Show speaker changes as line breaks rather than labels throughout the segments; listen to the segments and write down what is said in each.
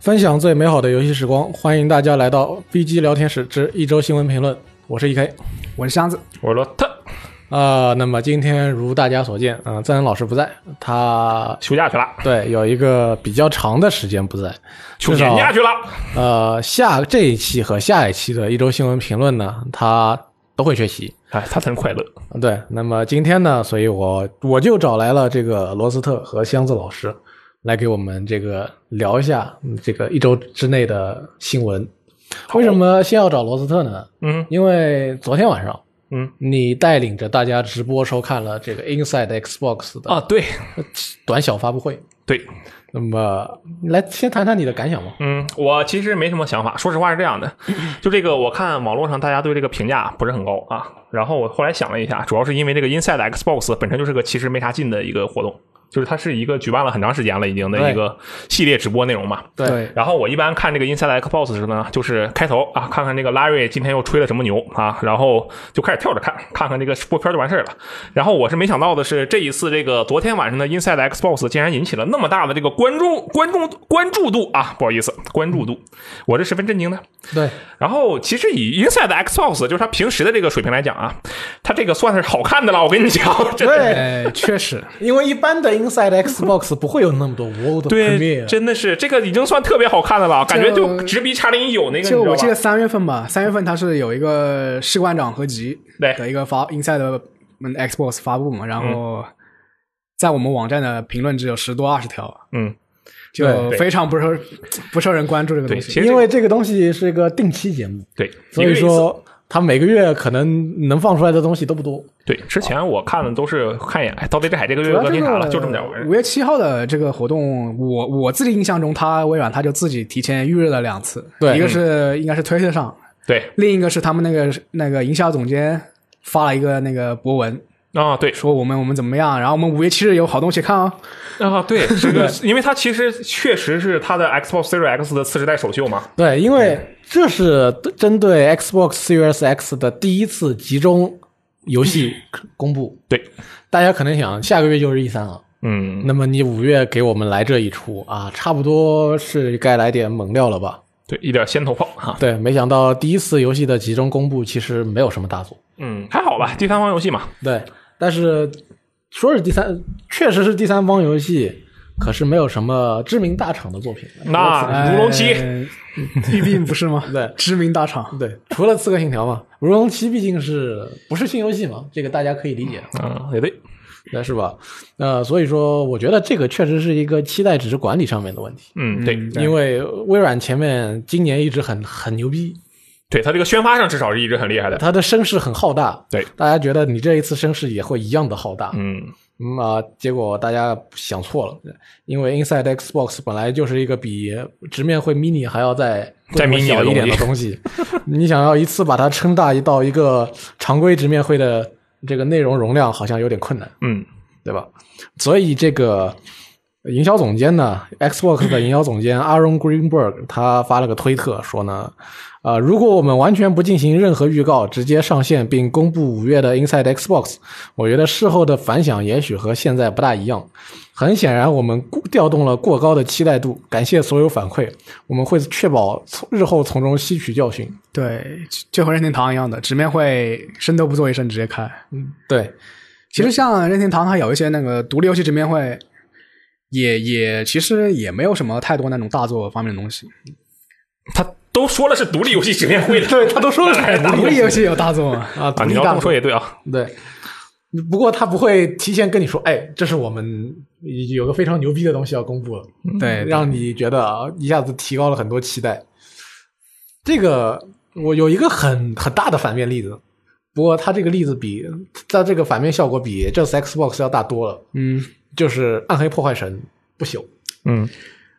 分享最美好的游戏时光，欢迎大家来到 BG 聊天室之一周新闻评论，我是 EK
我是箱子，
我罗特
啊、那么今天如大家所见，嗯、赞恩老师不在，他
休假去了，
对有一个比较长的时间不在，
休
至少
年假去了，
呃下这一期和下一期的一周新闻评论呢，他都会缺席。
哎，他才能快乐。
对，那么今天呢，所以我我就找来了这个罗斯特和箱子老师来给我们这个聊一下嗯这个一周之内的新闻。为什么先要找罗斯特呢？
嗯
因为昨天晚上
嗯
你带领着大家直播收看了这个 Inside Xbox 的
啊，对
短小发布会。
对，
那么来先谈谈你的感想吧。
嗯，我其实没什么想法，说实话是这样 的，就这个我看网络上大家对这个评价不是很高啊，然后我后来想了一下，主要是因为这个 Inside Xbox 本身就是个其实没啥劲的一个活动，就是它是一个举办了很长时间了已经的一个系列直播内容嘛，
对
然后我一般看这个 Inside Xbox 的时候呢，就是开头啊，看看这个 Larry 今天又吹了什么牛啊，然后就开始跳着看，看看这个播片就完事儿了。然后我是没想到的是，这一次这个昨天晚上的 Inside Xbox 竟然引起了那么大的这个关注、关注、关注度啊！不好意思，关注度，我是十分震惊的。
对，
然后其实以 Inside Xbox 就是它平时的这个水平来讲啊，它这个算是好看的了。我跟你讲，真的
对，确实，因为一般的 Inside Xbox 不会有那么多 World
对，
Premiere。
真的是这个已经算特别好看的了，感觉就直逼叉零一九那个，你知
就
道吧
我？记得三月份吧，三月份它是有一个士官长合集
对
的一个发 Inside 的嗯 Xbox 发布嘛，然
嗯
后在我们网站的评论只有十多二十条，
嗯，
就
对
对
非常不受不受人关注这个
对，
东
其
西。
实这
因
个
为这个东西是一个定期节目，
对，
所
一
以
个月一次
说它每个月可能能放出来的东西都不多。
对，之前我看的都是看一眼，哎，到底这海这个月
主要
更
这
新啥了，
个
就这么点玩意
五
儿。
月七号的这个活动，我我自己印象中，它微软它就自己提前预热了两次，
对
一个是应该是推特上，
对
另一个是他们那个那个营销总监发了一个那个博文，
啊，对
说我们我们怎么样，然后我们五月七日有好东西看哦。
啊，对，这个，因为它其实确实是它的 Xbox Series X 的次时代首秀嘛。
对，因为这是针对 Xbox Series X 的第一次集中游戏公布。
对，
大家可能想，下个月就是 E 三了，
嗯，
那么你五月给我们来这一出啊，差不多是该来点猛料了吧？
对，一点先头炮哈。
对，没想到第一次游戏的集中公布其实没有什么大作。
嗯，还好吧，第三方游戏嘛。
对，但是说是第三，确实是第三方游戏，可是没有什么知名大厂的作品。？
那如龙七，
呃育碧不是吗
对
知名大厂。
对，除了《刺客信条》嘛，《如龙七》毕竟是不是新游戏嘛，这个大家可以理解，
嗯，也对，
那是吧？呃，所以说，我觉得这个确实是一个期待值管理上面的问题，
嗯，对，
嗯
因为微软前面今年一直很很牛逼，
对，它这个宣发上至少是一直很厉害的。
它的声势很浩大，
对，
大家觉得你这一次声势也会一样的浩大，
嗯，
嗯啊，结果大家想错了，因为 Inside Xbox 本来就是一个比直面会 Mini 还要再
再
规模
mini
小
的
一点的东
东
西， 你想要一次把它撑大到一个常规直面会的这个内容容量，好像有点困难，
嗯，
对吧？所以这个营销总监呢，Xbox 的营销总监 Aaron Greenberg 他发了个推特说呢，呃，如果我们完全不进行任何预告，直接上线并公布五月的 Inside Xbox，我觉得事后的反响也许和现在不大一样。很显然，我们过调动了过高的期待度。感谢所有反馈，我们会确保从日后从中吸取教训。
对，就和任天堂一样的，直面会声都不做一声直接开。
对，
其实像任天堂，它有一些那个独立游戏直面会，也也其实也没有什么太多那种大作方面的东西。
它都说了是独立游戏直面 会的。对，
他都说了
独立游戏有大作吗？
啊，
啊，
独
你
立
要
大
这么说也对啊。
对，不过他不会提前跟你说，哎，这是我们有个非常牛逼的东西要公布了，
嗯对，
让你觉得啊，一下子提高了很多期待。这个我有一个很很大的反面例子，不过他这个例子比他这个反面效果比这次 Xbox 要大多了，
嗯
就是《暗黑破坏神》不朽。
嗯，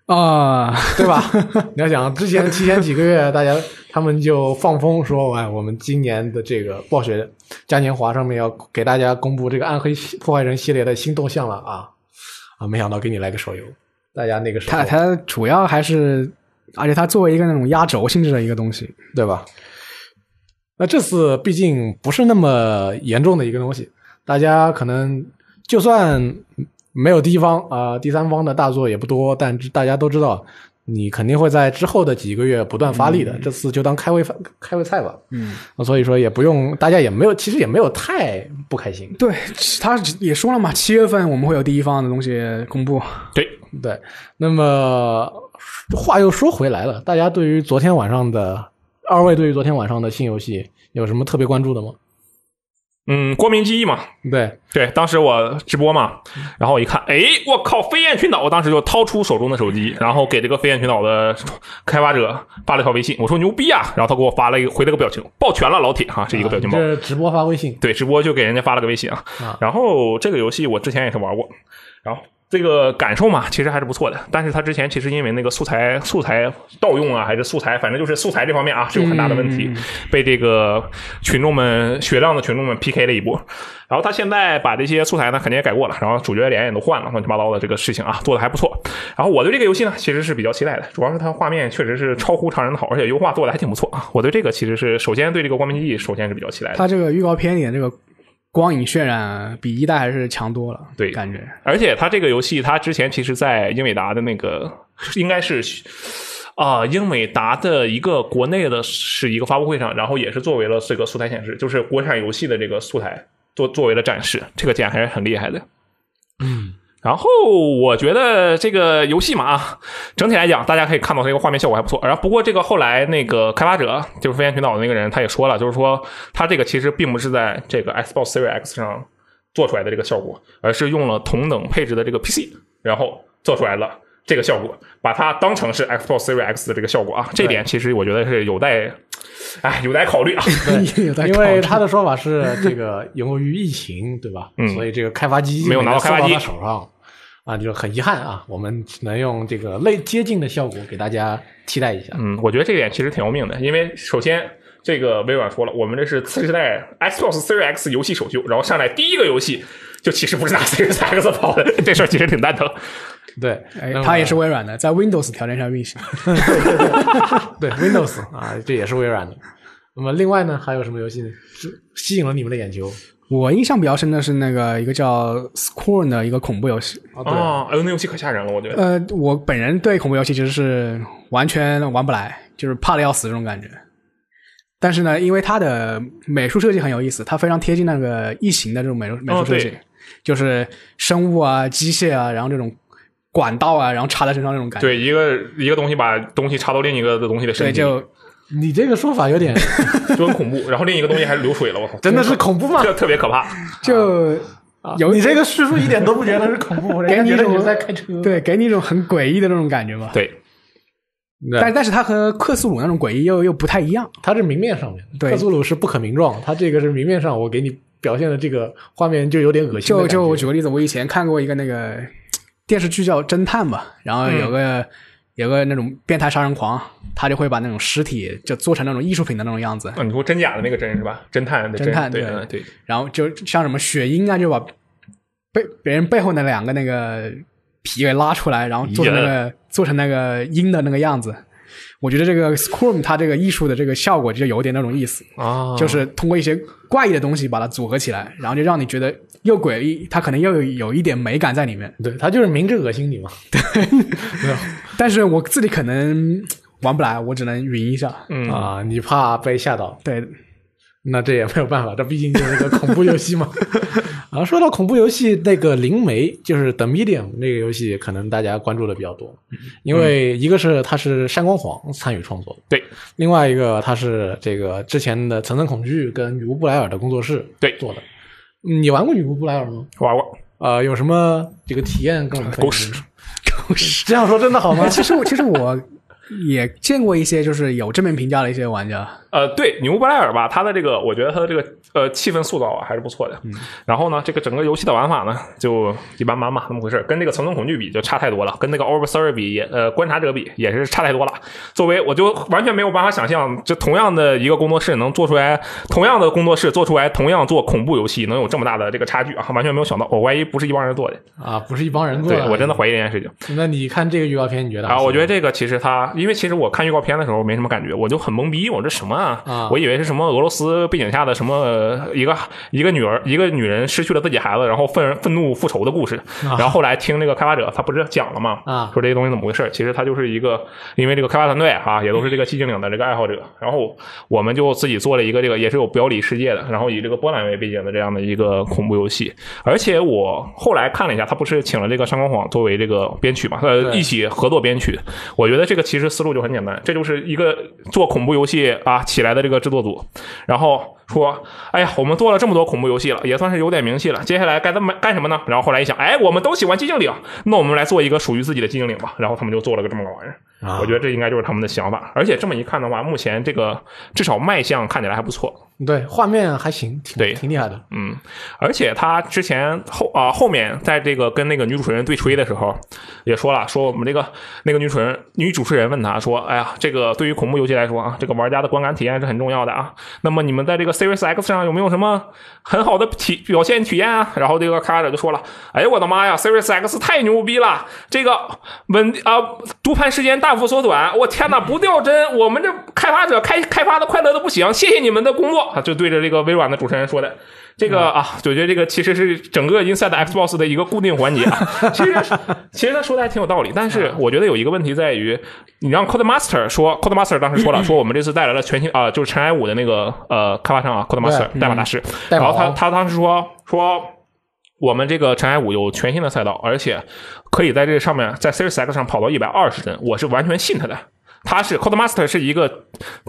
啊，
对吧？你要想之前提前几个月，大家他们就放风说，哎，我们今年的这个暴雪嘉年华上面要给大家公布这个暗黑破坏神系列的新动向了啊啊！没想到给你来个手游，大家那个时候
它它主要还是，而且它作为一个那种压轴性质的一个东西，
对吧？那这次毕竟不是那么严重的一个东西，大家可能就算没有第一方啊、呃第三方的大作也不多，但大家都知道你肯定会在之后的几个月不断发力的。这次就当开胃饭、开胃菜吧。
嗯，
所以说也不用，大家也没有，其实也没有太不开心。
对，他也说了嘛，七月份我们会有第一方案的东西公布。
对，
对，那么话又说回来了，大家对于昨天晚上的二位对于昨天晚上的新游戏有什么特别关注的吗？
嗯，光明记忆嘛，
对，
对，当时我直播嘛，然后我一看，哎，我靠，飞燕群岛！我当时就掏出手中的手机，然后给这个飞燕群岛的开发者发了条微信，我说牛逼啊！然后他给我发了一个回了个表情，抱拳了，老铁哈，是一个表情包。
啊这直播发微 信，
对，直播就给人家发了个微信啊
啊。
然后这个游戏我之前也是玩过，然后这个感受嘛，其实还是不错的。但是它之前其实因为那个素材素材盗用啊，还是素材，反正就是素材这方面啊是有很大的问题，被这个群众们雪亮的群众们 PK 了一波。然后他现在把这些素材呢肯定也改过了，然后主角脸也都换了，乱七八糟的这个事情啊做的还不错。然后我对这个游戏呢其实是比较期待的，主要是它画面确实是超乎常人的好，而且优化做的还挺不错啊。我对这个其实是首先对这个光明记忆首先是比较期待的。
他这个预告片里的这个光影渲染比一代还是强多了，
对
感觉
而且它这个游戏，它之前其实，在英伟达的那个应该是啊、英伟达的一个国内的是一个发布会上，然后也是作为了这个素材显示，就是国产游戏的这个素材做作为了展示，这个点还是很厉害的。嗯。然后我觉得这个游戏嘛，啊，整体来讲，大家可以看到这个画面效果还不错。然后不过这个后来那个开发者就是飞燕群岛的那个人，他也说了，就是说他这个其实并不是在这个 Xbox Series X 上做出来的这个效果，而是用了同等配置的这个 PC，然后做出来了这个效果，把它当成是 Xbox Series X 的这个效果啊。这点其实我觉得是有待，哎，有待考虑啊。
有在
因
考
为
虑
他的说法是这个 由于疫情，对吧？
嗯
所以这个开发机
没有拿到
送
开发机
他手上。啊，就很遗憾啊，我们只能用这个类接近的效果给大家替代一下。
嗯，我觉得这点其实挺要命的，因为首先这个微软说了，我们这是次世代 Xbox Series X 游戏首秀，然后上来第一个游戏就其实不是拿 Series X 跑的，这事儿其实挺蛋疼。
对，
哎
那，么
它也是微软的，在 Windows 条件下运行。
对 Windows 啊，这也是微软的。那么另外呢，还有什么游戏是吸引了你们的眼球？
我印象比较深的是那个一个叫 Scorn 的一个恐怖游戏。
啊，对，
哦，哎呦，那游戏可吓人了，我觉得。
呃，我本人对恐怖游戏其实是完全玩不来，就是怕的要死这种感觉。但是呢，因为它的美术设计很有意思，它非常贴近那个异形的这种美术美术设计，
对
就是生物啊、机械啊，然后这种管道啊，然后插在身上那种感觉。
对，一个一个东西把东西插到另一个的东西的身
对，
体，
就
你这个说法有 点，
就很恐怖。然后另一个东西还流水了，我靠，
真的是恐怖 吗？
这特别可怕。
就
啊
有
你这个叙述一点都不觉得是恐怖，人家
给你一
觉得
种
你是在开车。
对给你一种很诡异的那种感觉吧。
对，
对
但但是它和克苏鲁那种诡异又又不太一样。
它是明面上面的，
对
克苏鲁是不可名状，它这个是明面上，我给你表现的这个画面就有点恶心的
就
感觉。
就我举个例子，我以前看过一个那个电视剧叫《侦探》吧，然
嗯
后有个、有个那种变态杀人狂，他就会把那种尸体就做成那种艺术品的那种样子，
啊，你说真假的那个真是吧？侦探的
侦探
对
对
嗯对，
然后就像什么血鹰啊，就把背别人背后那两个那个皮给拉出来，然后做成那个做成那个鹰的那个样子。我觉得这个 Scrum 它这个艺术的这个效果就有点那种意思，
啊
就是通过一些怪异的东西把它组合起来，然后就让你觉得又诡异，它可能又有有一点美感在里面。
对，它就是明着恶心你嘛。
但是我自己可能嗯玩不来，我只能云一下。
嗯
啊，你怕被吓到，
对，
那这也没有办法，这毕竟就是个恐怖游戏嘛。 啊，说到恐怖游戏，那个灵媒就是《The Medium》那个游戏，可能大家关注的比较多，
嗯
因为一个是它是山光晃参与创作的，
对
另外一个它是这个之前的《层层恐惧》跟女巫布莱尔的工作室
对，
做的。嗯你玩过女巫布莱尔吗？
玩过
呃，有什么这个体验跟我们分享
狗屎，
狗屎，这样说真的好吗？
其实我其实我也见过一些就是有正面评价的一些玩家，
呃，对，女巫布莱尔吧，它的这个，我觉得它的这个呃气氛塑造啊还是不错的。然后呢，这个整个游戏的玩法呢，就一般般吧，那么回事儿跟这个《层层恐惧》比就差太多了，跟那个 Observer 比也呃观察者比也是差太多了。作为我就完全没有办法想象，这同样的一个工作室能做出来，同样的工作室做出来同样做恐怖游戏，能有这么大的这个差距啊，完全没有想到。我怀疑不是一帮人做的，
啊，不是一帮人过
对
来。
我真的怀疑这件事情。
那你看这个预告片，你觉得
啊，
还行
我觉得这个其实他，因为其实我看预告片的时候没什么感觉，我就很懵逼，我这什么啊，
啊
我以为是什么俄罗斯背景下的什么呃一个一个女儿一个女人失去了自己孩子，然后愤愤怒复仇的故事。然后后来听那个开发者他不是讲了吗？
啊
说这些东西怎么回事？其实他就是一个因为这个开发团队啊，也都是这个寂静岭的这个爱好者。然后我们就自己做了一个这个也是有表里世界的，然后以这个波兰为背景的这样的一个恐怖游戏。而且我后来看了一下，他不是请了这个山口晃作为这个编曲嘛，呃，一起合作编曲。我觉得这个其实思路就很简单，这就是一个做恐怖游戏啊起来的这个制作组，然后说，哎呀，我们做了这么多恐怖游戏了，也算是有点名气了，接下来该怎么干什么呢？然后后来一想，哎，我们都喜欢寂静岭，那我们来做一个属于自己的寂静岭吧。然后他们就做了个这么个玩意儿。
啊
我觉得这应该就是他们的想法。而且这么一看的话，目前这个至少卖相看起来还不错。
对，画面还行，挺
对
挺厉害的。
嗯，而且他之前后啊、后面在这个跟那个女主持人对吹的时候，也说了，说我们这个那个女主持人女主持人问他说，哎呀，这个对于恐怖游戏来说啊，这个玩家的观感体验是很重要的啊。那么你们在这个 Series X 上有没有什么很好的体表现体验啊？然后这个开发者就说了，哎呦我的妈呀，Series X 太牛逼了，这个稳啊、读盘时间大幅缩短，我天哪，不掉帧，我们这开发者开开发的快乐的不行，谢谢你们的工作，啊就对着这个微软的主持人说的。这个啊，我觉得这个其实是整个 Inside Xbox 的一个固定环节啊。其实，其实他说的还挺有道理，但是我觉得有一个问题在于，你让 Codemaster 说，Codemaster 当时说了，说我们这次带来了全新啊、就是尘埃五的那个呃开发商啊，Codemaster 代码大师，
代
然
码
后他
王
他当时说说。我们这个尘埃五有全新的赛道，而且可以在这上面在 Series X 上跑到一百二十帧，我是完全信他的。他是 Codemaster 是一个，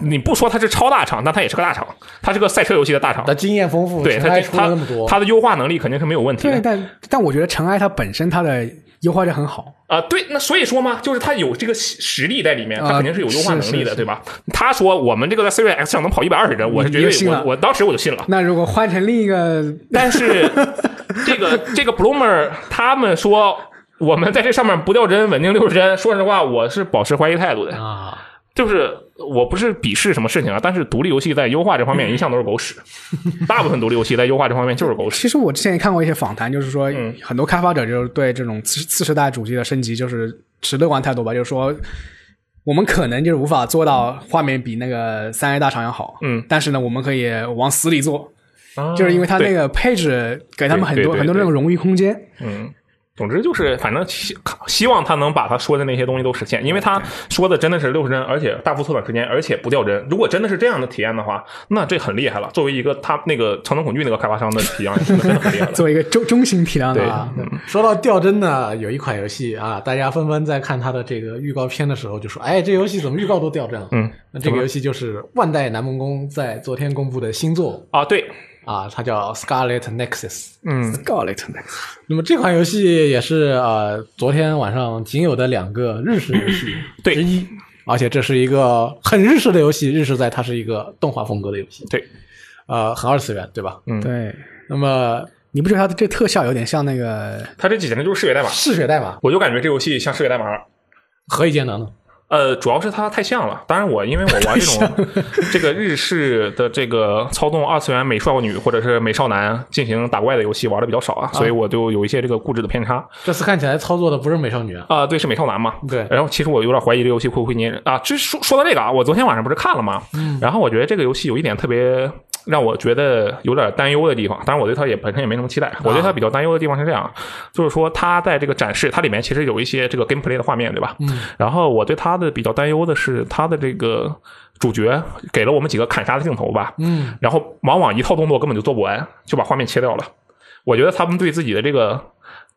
你不说他是超大厂，那他也是个大厂，他是个赛车游戏的大厂。
他经验丰富，
对
他
他
出了那么多，
他，他的优化能力肯定是没有问题
对，
的
但但我觉得尘埃它本身它的优化就很好，
啊、对，那所以说嘛，就是他有这个实实力在里面，他
啊
肯定是有优化能
是
力的，
是是
对吧？他说我们这个在 Series X 上能跑一百二十帧，我是
你
绝
就信
对
了
我我当时我就信了。
那如果换成另一个，
但 是这个这个 Bloomer 他们说我们在这上面不掉帧，稳定六十帧， 说实话，我是保持怀疑态度的。
啊，
就是我不是鄙视什么事情啊，但是独立游戏在优化这方面一向都是狗 屎，大部分独立游戏在优化这方面就是狗屎。
其实我之前也看过一些访谈，就是说
嗯
很多开发者就是对这种次次世代主机的升级就是持乐观态度吧，就是说我们可能就是无法做到画面比那个三 A 大厂要好，
嗯
但是呢，我们可以往死里做，
啊
就是因为它
对
那个配置给他们很
对对
多
对
很多那种荣誉空间，
嗯，总之就是，反正希希望他能把他说的那些东西都实现，因为他说的真的是六十帧，而且大幅缩短时间，而且不掉帧。如果真的是这样的体验的话，那这很厉害了。作为一个他那个《长城恐惧》那个开发商的体验，真的很厉害了。
作为一个中中型体量 的
对
啊，
说到掉帧呢，有一款游戏啊，大家纷纷在看它的这个预告片的时候就说：“哎，这游戏怎么预告都掉帧啊？”
嗯，
那这个游戏就是万代南梦宫在昨天公布的新作
啊，对，
啊，它叫《Scarlet Nexus》。
嗯，
高了一层
那么这款游戏也是呃昨天晚上仅有的两个日式游戏
嗯对
之一，而且这是一个很日式的游戏，日式在它是一个动画风格的游戏，
对，
呃，很二次元，对吧？
嗯
对，
那么
你不觉得它的这特效有点像那个
他这几简直就是视觉代码，
嗜血代码
我就感觉这游戏像视觉代码。
何以见得呢？
呃，主要是它太像了。当然我，因为我玩这种这个日式的这个操纵二次元美少女或者是美少男进行打怪的游戏玩的比较少啊，所以我就有一些这个固执的偏差。
这次看起来操作的不是美少女啊，
啊、对，是美少男嘛？
对
然后其实我有点怀疑这个游戏会不会粘人啊。这说说到这个啊，我昨天晚上不是看了吗？然后我觉得这个游戏有一点特别让我觉得有点担忧的地方。当然，我对它也本身也没什么期待。我对它比较担忧的地方是这样，啊就是说它在这个展示，它里面其实有一些这个 gameplay 的画面，对吧？嗯。然后我对它的比较担忧的是它的这个。主角给了我们几个砍杀的镜头吧，嗯，然后往往一套动作根本就做不完，就把画面切掉了。我觉得他们对自己的这个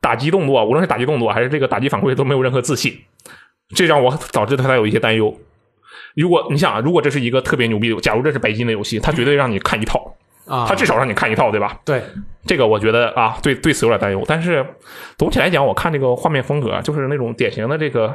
打击动作，无论是打击动作还是这个打击反馈，都没有任何自信，这让我导致对他有一些担忧。如果你想啊，如果这是一个特别牛逼的，假如这是白金的游戏，他绝对让你看一套，
啊，
他至少让你看一套，对吧？
对
这个我觉得啊，对对此有点担忧。但是总体来讲，我看这个画面风格啊就是那种典型的这个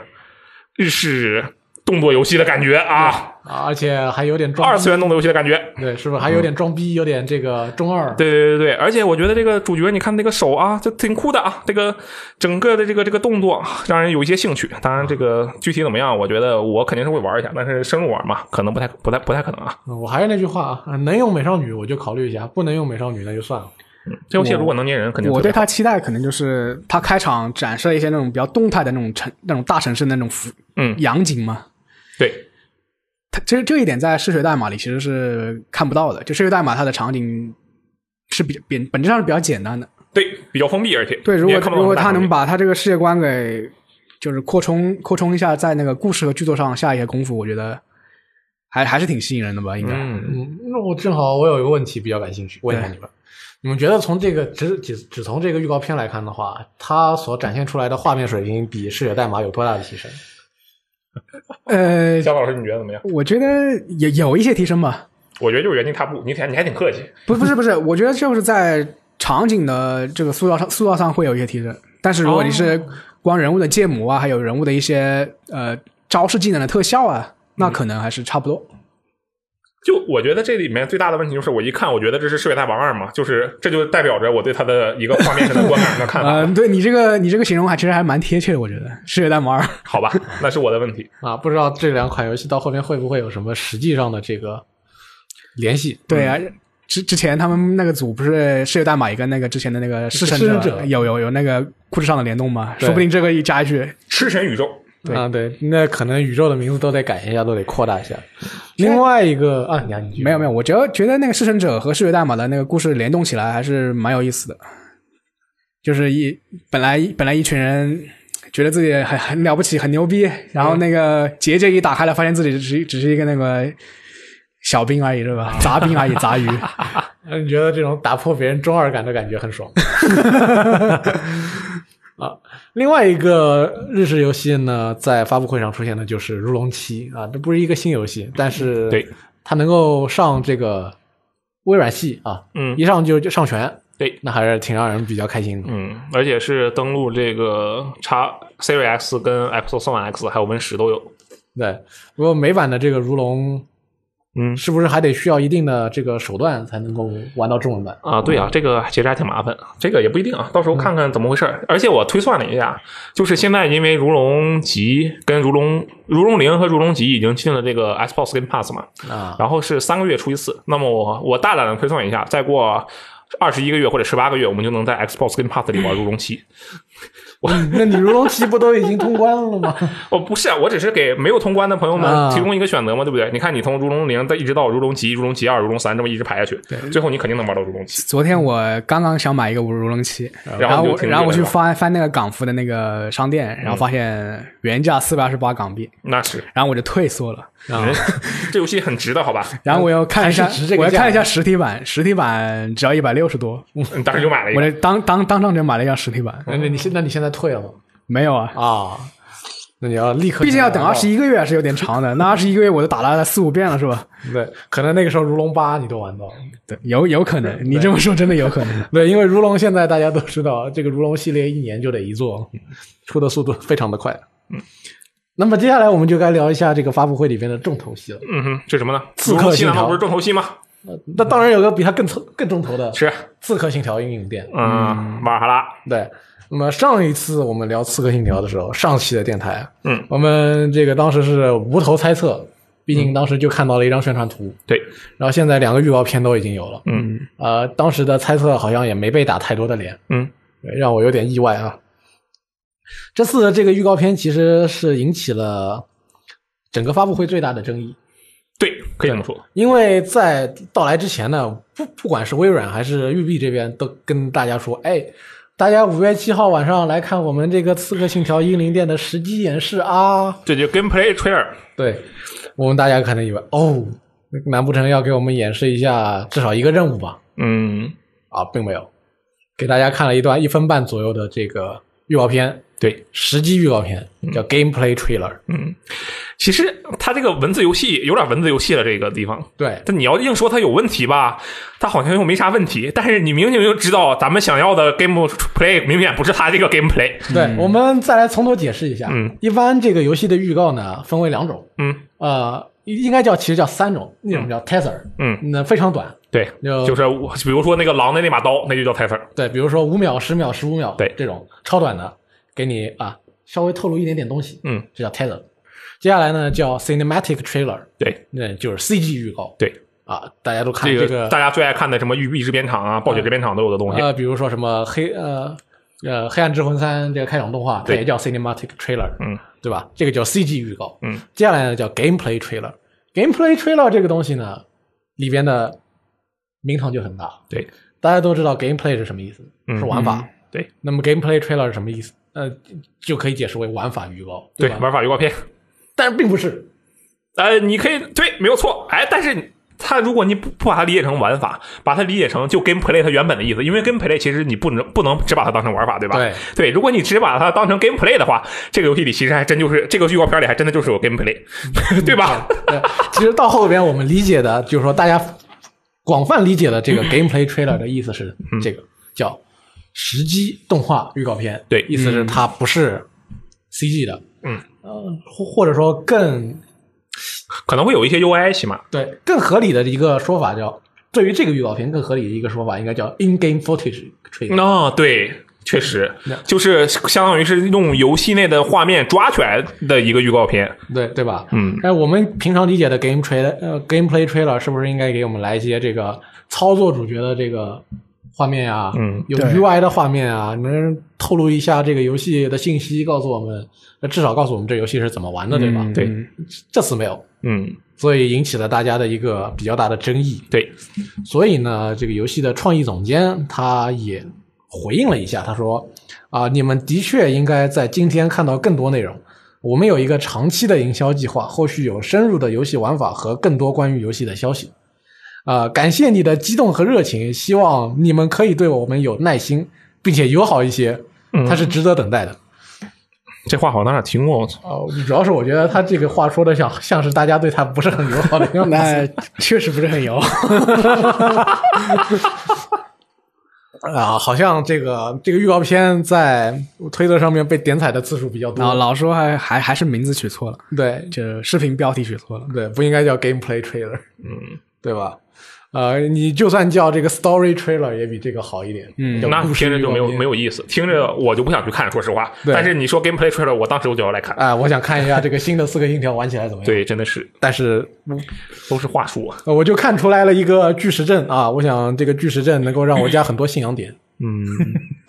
日式动作游戏的感觉啊，
啊而且还有点装逼
二次元动作游戏的感觉。
对，是不是还有点装逼，有点这个中二？
对对对对，而且我觉得这个主角，你看那个手啊，就挺酷的啊，这个整个的这个这个动作啊让人有一些兴趣。当然，这个具体怎么样，我觉得我肯定是会玩一下，但是深入玩嘛，可能不太不太不太可能啊。
嗯我还是那句话啊，能用美少女我就考虑一下，不能用美少女那就算了。
这游戏如果能粘人，肯定
我
特别
对他期待可能就是他开场展示了一些那种比较动态的那种城、那种大城市的那种浮
嗯
洋景嘛。
对
它这这一点在嗜血代码里其实是看不到的，就嗜血代码它的场景是比比本质上是比较简单的。
对，比较封闭，而且
对，如
你也
果
看不到
如果
什么
他
大场
能
景
把他这个世界观给就是扩充扩充一下，在那个故事和剧作上下一些功夫，我觉得还还是挺吸引人的吧，应该。
嗯，
嗯，那我正好我有一个问题比较感兴趣，问一下
对
你们，你们觉得从这个只只只从这个预告片来看的话，它所展现出来的画面水平比《嗜血代码》有多大的提升？
呃，
肖老师你觉得怎么样？
我觉得有有一些提升吧，
我觉得就是原地踏步，你还你还挺客气，
不不是不是，我觉得就是在场景的这个塑造上塑造上会有一些提升，但是如
哦
果你是光人物的建模啊，还有人物的一些呃招式技能的特效啊，那
嗯
可能还是差 不多。
就我觉得这里面最大的问题就是，我一看我觉得这是《世界大王二》嘛，就是这就代表着我对它的一个画面上的观感和看
嗯、
法，
对你这个你这个形容还其实还蛮贴切的，我觉得《世界代码二》
好吧？那是我的问题。
啊，不知道这两款游戏到后面会不会有什么实际上的这个联系？
对啊，之之前他们那个组不是世界代码也跟那个之前的那个弑神
弑神者
有有有那个故事上的联动嘛？
对
说不定这个一加一去，
吃神宇宙，
对
啊，对，那可能宇宙的名字都得改一下，都得扩大一下。另外一个啊，你啊，你
没有没
有，
有，我觉得觉得那个弑神者和世界代码的那个故事联动起来还是蛮有意思的。就是一本来本来一群人觉得自己很很了不起很牛逼，然后那个结界一打开了，发现自己只是只是一个那个小兵而已，是 吧？杂兵而已，杂鱼。
那你觉得这种打破别人中二感的感觉很爽？ 啊，另外一个日式游戏呢，在发布会上出现的就是《如龙七》啊，这不是一个新游戏，但是
对
它能够上这个微软系啊，
嗯
一上就就上全，
对，
那还是挺让人比较开心的。
嗯，而且是登录这个 X Series X 跟 Xbox One X 还有 Win 十都有。
对，不过美版的这个《如龙》
嗯
是不是还得需要一定的这个手段才能够玩到中文版？
啊，对啊，这个其实还挺麻烦，这个也不一定啊，到时候看看怎么回事儿。而且我推算了一下，就是现在因为《如龙级》跟《如龙》《如龙零》和《如龙级》已经进了这个 Xbox Game Pass 嘛，
啊，
然后是三个月出一次。那么我我大胆的推算一下，再过二十一个月或者十八个月，我们就能在 Xbox Game Pass 里玩《如龙七》。
嗯那你《如龙七》不都已经通关了吗？
哦，不是啊，我只是给没有通关的朋友
啊
们提供一个选择嘛，对不对？你看，你从如龙零再一直到如龙级、如龙级二、如龙三这么一直排下去，最后你肯定能玩到如龙七。
昨天我刚刚想买一个五如龙七，
然
后
后
我
就停
然后我
止
去
了
翻翻那个港服的那个商店，然后发现原价四百二十八港币，
那是，
然后我就退缩了。
人这游戏很值的，好吧？
然后我又看了一下
还是值这，个
我又
价嗯
看了一下实体版，实体版只要一百六十多，
你当时就买了一
我
个。
这当当当场就买了一张实体版，
那你现那你现在退了吗？
没有啊。
啊，那你要立刻，
毕竟要等二十。一个月是有点长的，那二十一个月我都打了四五遍了，是吧？
对，可能那个时候《如龙八》你都玩到了。
对，有有可能，你这么说真的有可 能。
对，因为《如龙》现在大家都知道，这个《如龙》系列一年就得一做，出的速度非常的快。嗯，那么接下来我们就该聊一下这个发布会里边的重头戏了。
嗯哼，这什么呢？
刺客
如龙七
信条
难道不是重头戏吗？
那当然有个比它更重更重头的《
是，啊
刺客信条：阴影殿》。
嗯，瓦尔哈拉，
对，那么上一次我们聊《刺客信条》的时候，上期的电台，
嗯，
我们这个当时是无头猜测，毕竟当时就看到了一张宣传图，
对，
然后现在两个预告片都已经有了，
嗯
呃，当时的猜测好像也没被打太多的脸，
嗯，
对让我有点意外啊。这次的这个预告片其实是引起了整个发布会最大的争议，
对，可以这么说。
因为在到来之前呢，不不管是微软还是育碧这边，都跟大家说，哎，大家五月七号晚上来看我们这个《刺客信条：英灵殿》的实际演示啊。
这就 gameplay trailer，
对，我们大家可能以为，哦，难不成要给我们演示一下至少一个任务吧？
嗯，
啊，并没有，给大家看了一段一分半左右的这个预告片，
对，
实际预告片，叫 Gameplay Trailer。
嗯，其实它这个文字游戏有点文字游戏了，这个地方。
对，
但你要硬说它有问题吧，它好像又没啥问题。但是你明明就知道咱们想要的 game play 明显不是它这个 game play。
对，我们再来从头解释一下。
嗯，
一般这个游戏的预告呢，分为两种，
嗯
呃，应该叫其实叫三种，一种叫 Tether，
嗯，
那非常短，
对，
就
就是我比如说那个狼的那把刀，那就叫 t i f e r
对，比如说五秒、十秒、十五秒，
对
这种超短的，给你啊稍微透露一点点东西，
嗯，
这叫 Tether。接下来呢叫 Cinematic Trailer，
对
那就是 CG 预告
对，
啊，大家都看
这
这
大家最爱看的什么育碧制片厂啊、暴雪制片厂都有的东西。
呃，比如说什么黑呃呃《黑暗之魂三》这个开场动画，它
对
也叫 cinematic trailer，
嗯，
对吧？这个叫 CG 预告，
嗯，
接下来呢叫 gameplay trailer， Gameplay Trailer 这个东西呢，里边的名堂就很大。
对，
大家都知道 Gameplay 是什么意思，
嗯
是玩法。
对，
那么 Gameplay Trailer 是什么意思？呃，就可以解释为玩法预告，
对
吧？
玩法预告片，
但是并不是，
呃，你可以对，没有错，哎，但是它如果你不不把它理解成玩法，把它理解成就 gameplay 它原本的意思，因为 gameplay 其实你不能不能只把它当成玩法，对吧？
对
如果你只把它当成 gameplay 的话，这个游戏里其实还真就是这个预告片里还真的就是有 gameplay，对
嗯
吧？
对， 其实到后边我们理解的，就是说大家广泛理解的 这个 gameplay trailer 的意思是
嗯
这个叫实机动画预告片，
对
意思是它不是 CG 的，
嗯，
呃，或或者说更
可能会有一些 UI 起码，
对更合理的一个说法叫，对于这个预告片更合理的一个说法应该叫 in game footage trailer，
哦，对。确实，就是相当于是用游戏内的画面抓起来的一个预告片，
对对吧？
嗯，
哎，我们平常理解的 game trailer 呃 gameplay trailer 是不是应该给我们来一些这个操作主角的这个画面啊？
嗯，
有
对
UI 的画面啊，能透露一下这个游戏的信息，告诉我们，呃至少告诉我们这游戏是怎么玩的，对吧？
嗯
对
这次没有，
嗯，
所以引起了大家的一个比较大的争议。
对，
所以呢，这个游戏的创意总监他也回应了一下，他说：“啊、你们的确应该在今天看到更多内容。我们有一个长期的营销计划，后续有深入的游戏玩法和更多关于游戏的消息。啊、感谢你的激动和热情，希望你们可以对我们有耐心，并且友好一些。它是值得等待的。
这话好像哪哪听过？我操
哦，主要是我觉得他这个话说的像像是大家对他不是很友好的样子。
那 确实不是很油。
嗯啊，好像这个这个预告片在推特上面被点踩的次数比较多。
然
啊
后老说还还还是名字取错了，
对
就是视频标题取错了。
对，不应该叫 gameplay trailer，嗯，对吧？呃，你就算叫这个 story trailer 也比这个好一点。嗯
那听着就没有嗯没有意思，听着我就不想去看，说实话。
对
但是你说 gameplay trailer，我当时我就要来看。
啊、我想看一下这个新的四个信条玩起来怎么样。，
对，真的是
但是
都是话术。啊
呃我就看出来了一个巨石阵啊，我想这个巨石阵能够让我加很多信仰点。
嗯，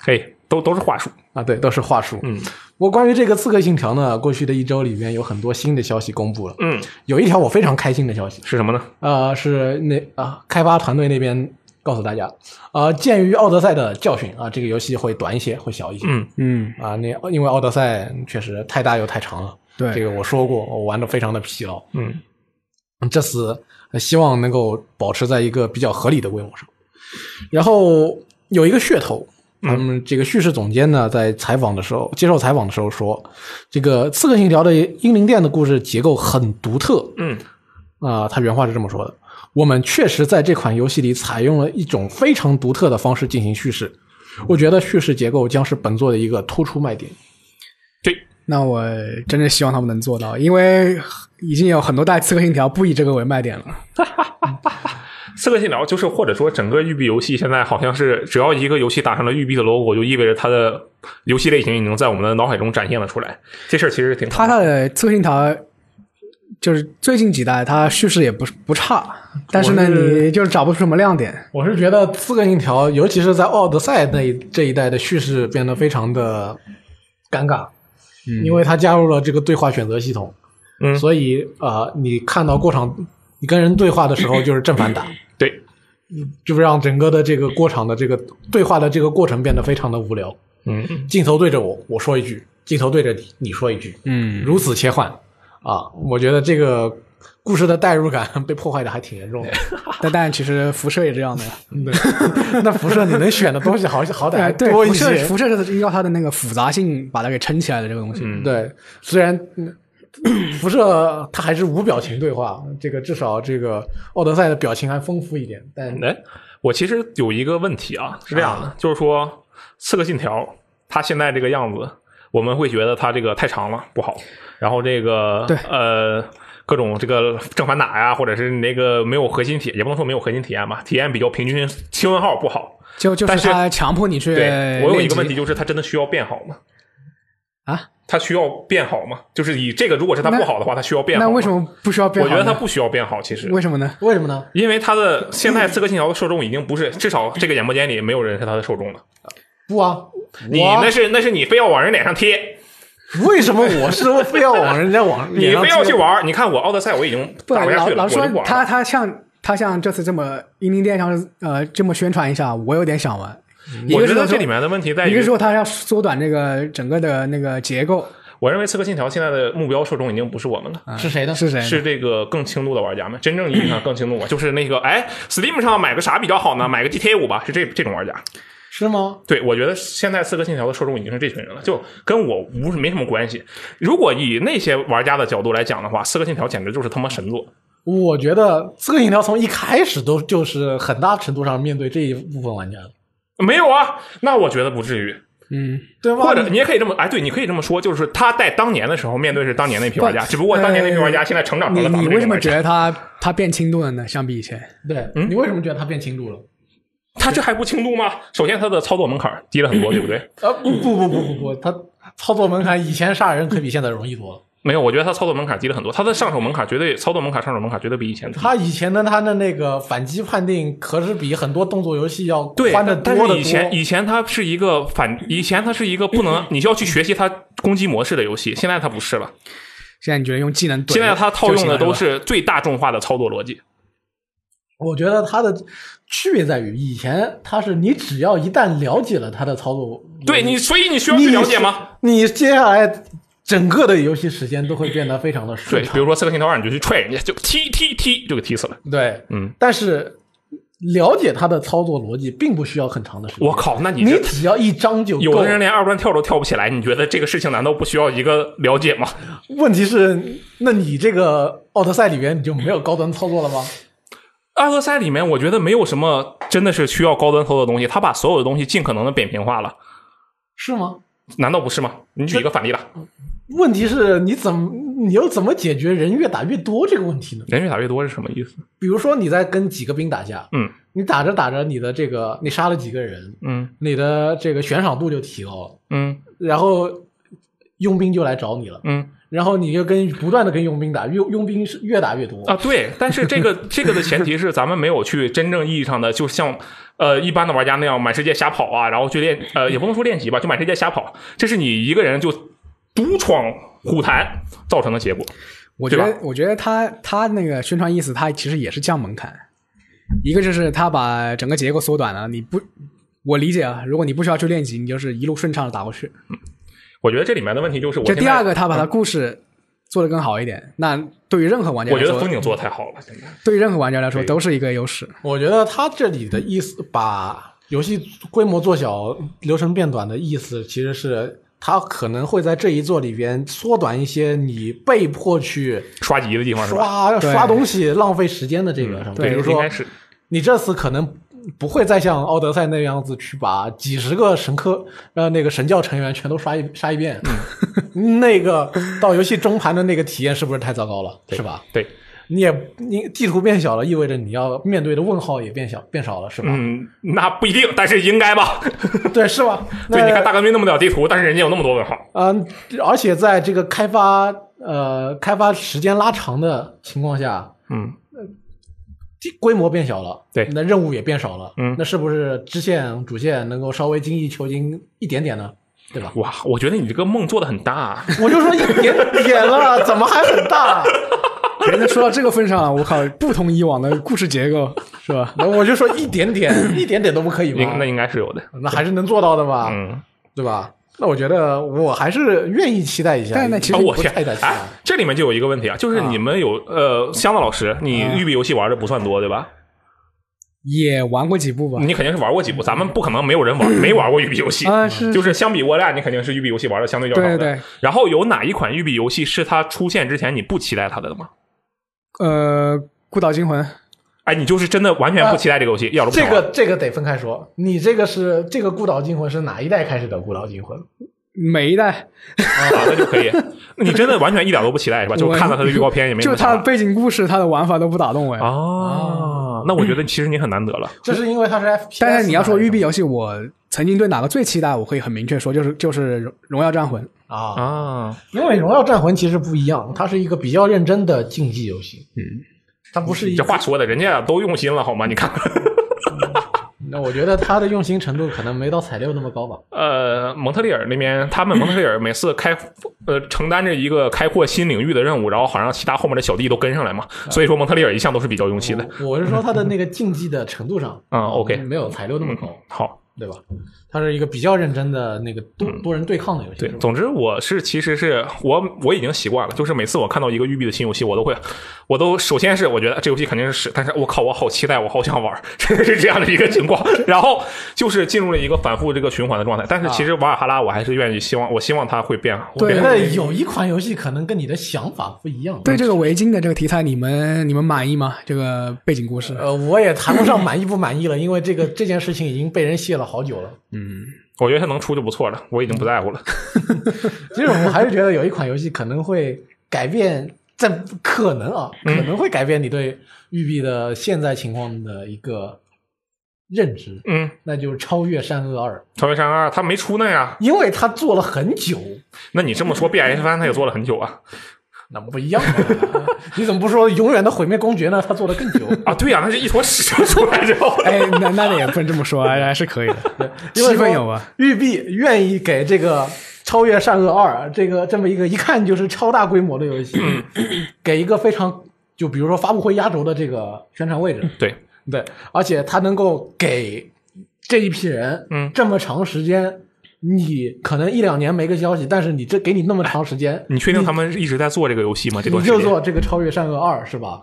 可以，都都是话术。
啊，对，都是话术。
嗯，
不过关于这个《刺客信条》呢，过去的一周里面有很多新的消息公布了。
嗯，
有一条我非常开心的消息，
是什么呢？
呃，是那啊、开发团队那边告诉大家，啊，鉴于《奥德赛》的教训啊，这个游戏会短一些，会小一些。
嗯
嗯，
啊，那因为《奥德赛》确实太大又太长了。
对
这个我说过，我玩的非常的疲劳。
嗯
嗯这次呃希望能够保持在一个比较合理的规模上。然后有一个噱头，他们这个叙事总监呢，在采访的时候接受采访的时候说，这个《刺客信条》的英灵殿的故事结构很独特
嗯
啊、他原话是这么说的：我们确实在这款游戏里采用了一种非常独特的方式进行叙事。我觉得叙事结构将是本作的一个突出卖点。
那我真的希望他们能做到，因为已经有很多代《刺客信条》不以这个为卖点了。
刺客信条就是，或者说整个育碧游戏现在好像是，只要一个游戏打上了育碧的 logo，就意味着它的游戏类型已经在我们的脑海中展现了出来。这事儿其实挺
它的《刺客信条》就是最近几代，它叙事也不是不差，但是呢，
我是
你就是找不出什么亮点。
我是觉得《刺客信条》，尤其是在《奥德赛》那一这一代的叙事变得非常的尴尬，因为它加入了这个对话选择系统，
嗯
所以呃，你看到过场，你跟人对话的时候就是正反打，
对。
就是让整个的这个过场的这个对话的这个过程变得非常的无聊。
嗯，
镜头对着我，我说一句；镜头对着你，你说一句，
嗯，
如此切换啊，我觉得这个故事的代入感 被破坏的还挺严重的。
啊
嗯
但但其实辐射也这 样的呀。
那辐射你能选的东西好好
哎，
歹
对，
多一
辐
些，
射辐射是依照它的那个复杂性把它给撑起来的这个东西。
嗯
对，虽然嗯辐射它还是无表情对话，这个至少这个奥德赛的表情还丰富一点，但
哎，我其实有一个问题啊，是这样的，就是说《刺客信条》它现在这个样子，我们会觉得它这个太长了不好，然后这个
对
呃。各种这个正反打呀，或者是你那个没有核心体，也不能说没有核心体验吧，体验比较平均，轻问号不好。
就就
嗯但是
是它强迫你去
对我有一个
练级
问题，就是它真的需要变好吗？
啊，
它需要变好吗？就是以这个，如果是它
那
不好的话，它需要变好
那
吗
为什？么不需要变
我
好
觉
呢？
得它不需要变好，其实
为什么呢？
为什么呢？
因为它的现在《刺客信条》的受众已经 不是，至少这个演播间里没有人是它的受众了。
不啊，
你
我
那是那是你非要往人脸上贴，
为什么我是非要往人家往
你
脸上
非要
贴
去玩，你看我奥德赛我已经
不
打
然
不下
老
去了，
老
我就
说
不玩
他
了。
他像他像这次这么英灵殿上呃这么宣传一下，我有点想玩。一
我
个
觉
是
得
说
这里面的问题在
一个是
于，
说他要缩短这个整个的那个结构啊
我认为《刺客信条》现在的目标受众已经不是我们了。
哎
是谁的？
是谁呢？
是这个更轻度的玩家们，真正意义上更轻度，就是那个哎，Steam 上买个啥比较好呢？买个 GTA 五吧，是这这种玩家。
是吗？
对，我觉得现在《刺客信条》的受众已经是这群人了，就跟我无没什么关系。如果以那些玩家的角度来讲的话，《刺客信条》简直就是他妈神作。
我觉得《刺客信条》从一开始都就是很大程度上面对这一部分玩家的，
没有啊，那我觉得不至于。
嗯，
对吧？
或者你也可以这么，哎，对，你可以这么说，就是他在当年的时候面对是当年那批玩家，
不呃
只不过当年那批玩家现在成长成
你
了咱
你
们
为
这
什
种
么
玩
觉
家。
得他他变轻度了呢？相比以前，
对、
嗯
你为什么觉得他变轻度了？
他这还不轻度吗？首先，他的操作门槛低了很多，对不 对？
啊，不不不不不不，他操作门槛以前杀人可比现在容易多了。
没有，我觉得他操作门槛低了很多，他的上手门槛绝对操作门槛、上手门槛绝对比以前低。
他以前的他的那个反击判定，可是比很多动作游戏要
对，
宽的
但
多
是
的
以前以前它是一个反，以前它是一个不 能，你就要去学习它攻击模式的游戏，现在它不是了，
现在你觉得用技能怼
现在它套
就
用
行
的
了
都
吧
是最大众化的操作逻辑。
我觉得它的区别在于，以前它是你只要一旦了解了它的操作，
对
嗯
你，所以你需要去了解吗？
你接下来整个的游戏时间都会变得非常的
对，
顺
比
畅。
如说《刺客信条二》，你就去踹人家，就踢踢踢，就给踢死了。
对，
嗯，
但是了解它的操作逻辑并不需要很长的时间。
我靠，那你
你
这
只要一张就够。
有的人连二段跳都跳不起来，你觉得这个事情难道不需要一个了解吗？
问题是，那你这个奥德赛里边你就没有高端操作了吗？
二和三里面，我觉得没有什么真的是需要高端操作的东西，他把所有的东西尽可能的扁平化了，
是吗？
难道不是吗？你举一个反例吧，
问题是你怎么你又怎么解决人越打越多这个问题呢？
人越打越多是什么意思？
比如说你在跟几个兵打架，
嗯
你打着打着你的这个你杀了几个人，
嗯
你的这个悬赏度就提高了，
嗯
然后佣兵就来找你了，
嗯
然后你就跟不断的跟佣兵打，佣佣兵是越打越多。
啊，对，但是这个这个的前提是咱们没有去真正意义上的，就像呃一般的玩家那样满世界瞎跑啊，然后去练呃也不能说练习吧，就满世界瞎跑，这是你一个人就独闯虎坛造成的结果。
我觉
对
得，我觉得他他那个宣传意思，他其实也是降门槛。一个就是他把整个结构缩短了，你不，我理解啊。如果你不需要去练级，你就是一路顺畅的打过去。
我觉得这里面的问题就是我
这
现
第
在嗯
二个，他把他故事做得更好一点。那对于任何玩家
我
来
觉得
说
风，景做的太好了，现在
对于任何玩家来说
对
都是一个优势。
我觉得他这里的意思，把游戏规模做小、流程变短的意思，其实是他可能会在这一座里边缩短一些你被迫去
刷级的地方是吧？
刷
对
刷东西、浪费时间的这个上面。
嗯对，
比如
应
说
该，是
你这次可能不会再像奥德赛那样子去把几十个神科呃那个神教成员全都刷一刷一遍，
嗯
那个到游戏中盘的那个体验是不是太糟糕了？是吧？
对，
你也你地图变小了，意味着你要面对的问号也变小变少了，是吧？
嗯，那不一定，但是应该吧？
对，是吧？
对，
那
你看大革命那么屌地图，但是人家有那么多问号。
嗯、而且在这个开发呃开发时间拉长的情况下，
嗯，
地规模变小了，
对
那任务也变少了，
嗯？
那是不是支线主线能够稍微精益求精一点点呢？对吧
哇，我觉得你这个梦做的很大、啊。
我就说一点点了，怎么还很大？
人家说到这个份上了，我靠，不同以往的故事结构是吧？
那我就说一点点，一点点都不可以吗
应那？应该是有的。
那还是能做到的吧，
嗯，
对吧？那我觉得我还是愿意期待一下，
但那其实
啊
你
我
不
天
太担，心
哎
啊，
这里面就有一个问题啊，就是你们有、呃，箱子老师，你育碧游戏玩的不算多对吧？
也玩过几部吧？
你肯定是玩过几部，咱们不可能没有人玩，没玩过育碧游戏
啊是
嗯就是相比我俩，你肯定是育碧游戏玩的相对较少的。
对对
然后有哪一款育碧游戏是它出现之前你不期待它的吗？
呃，《孤岛惊魂》
哎，你就是真的完全不期待这个游戏，一点都不
这
想玩
个这个得分开说，你这个是这个孤岛惊魂是哪一代开始的孤岛惊魂？
每一代
啊，那就可以。你真的完全一点都不期待是吧？就
我
看到它的预告片也没什
就
么啊
是它
想
的
法。
背景故事、它的玩法都不打动我呀。
啊，那我觉得其实你很难得了。
这是因为它是 FPS，
但是你要说育碧
吗
游戏，我曾经对哪个最期待，我可以很明确说，就是就是荣《荣耀战魂》。
啊，
啊，
因为《荣耀战魂》其实不一样，它是一个比较认真的竞技游戏。嗯，它不是一
这
个
话说的，人家都用心了好吗？你看，
那我觉得他的用心程度可能没到彩六那么 高吧。
呃，蒙特利尔那边，他们蒙特利尔每次开呃承担着一个开阔新领域的任务，然后好让其他后面的小弟都跟上来嘛。所以说蒙特利尔一向都是比较用心的。
我是说他的那个竞技的程度上，
啊
嗯，OK
没有彩六那么高，
嗯
好，
对吧？他是一个比较认真的那个多
嗯
多人对抗的游戏。
对
是，吧
总之我是其实是我我已经习惯了，就是每次我看到一个育碧的新游戏，我都会，我都首先是我觉得这游戏肯定是屎，但是我靠，我好期待，我好想玩， 是这样的一个情况。然后就是进入了一个反复这个循环的状态。但是其实瓦尔哈拉我还是愿意希望，我希望它会变，会
我
变
觉
对
得有一款游戏可能跟你的想法不一样。
对
嗯
这个围巾的这个题材，你们你们满意吗？这个背景故事？
呃，我也谈不上满意不满意了，因为这个这件事情已经被人泄了好久了。
我觉得它能出就不错了，我已经不在乎了。
其实我们还是觉得有一款游戏可能会改变，在可能啊，可能会改变你对育碧的现在情况的一个认知，
嗯，
那就是《超越善恶二》，
超越山二它没出呢呀，
因为他做了很久，
那你这么说，B S 三它也做了很久啊。
那不一样嘛。你怎么不说《永远的毁灭公爵》呢？他做的更久。
啊，对呀、那是一坨屎出来之后，
哎，那那也不能这么说，还是可以的，
因为
气
说
氛有啊。
育碧愿意给这个《超越善恶二》这个这么一个一看就是超大规模的游戏，给一个非常就比如说发布会压轴的这个宣传位置，
对，
对，而且它能够给这一批人，
嗯
这么长时间，你可能一两年没个消息，但是你这给你那么长时间，
你确定他们一直在做这个游戏嗯吗？这
你
段时
就
间，
做这个《超越善恶二》是吧？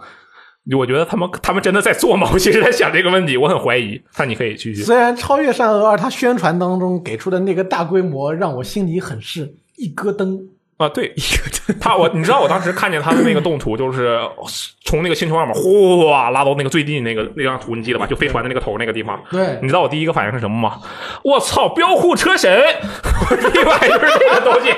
我觉得他们他们真的在做吗？我其实在想这个问题，我很怀疑。但你可以继续。
虽然《超越善恶二》它宣传当中给出的那个大规模，让我心里很是一咯噔。
啊，对，他我你知道我当时看见他的那个动图，就是从那个星球上面哗拉到那个最近那个那张图，你记得吧？就飞船的那个头那个地方。
对
你知道我第一个反应是什么吗？我操，标护车神！ 我第一反应就是这个东西，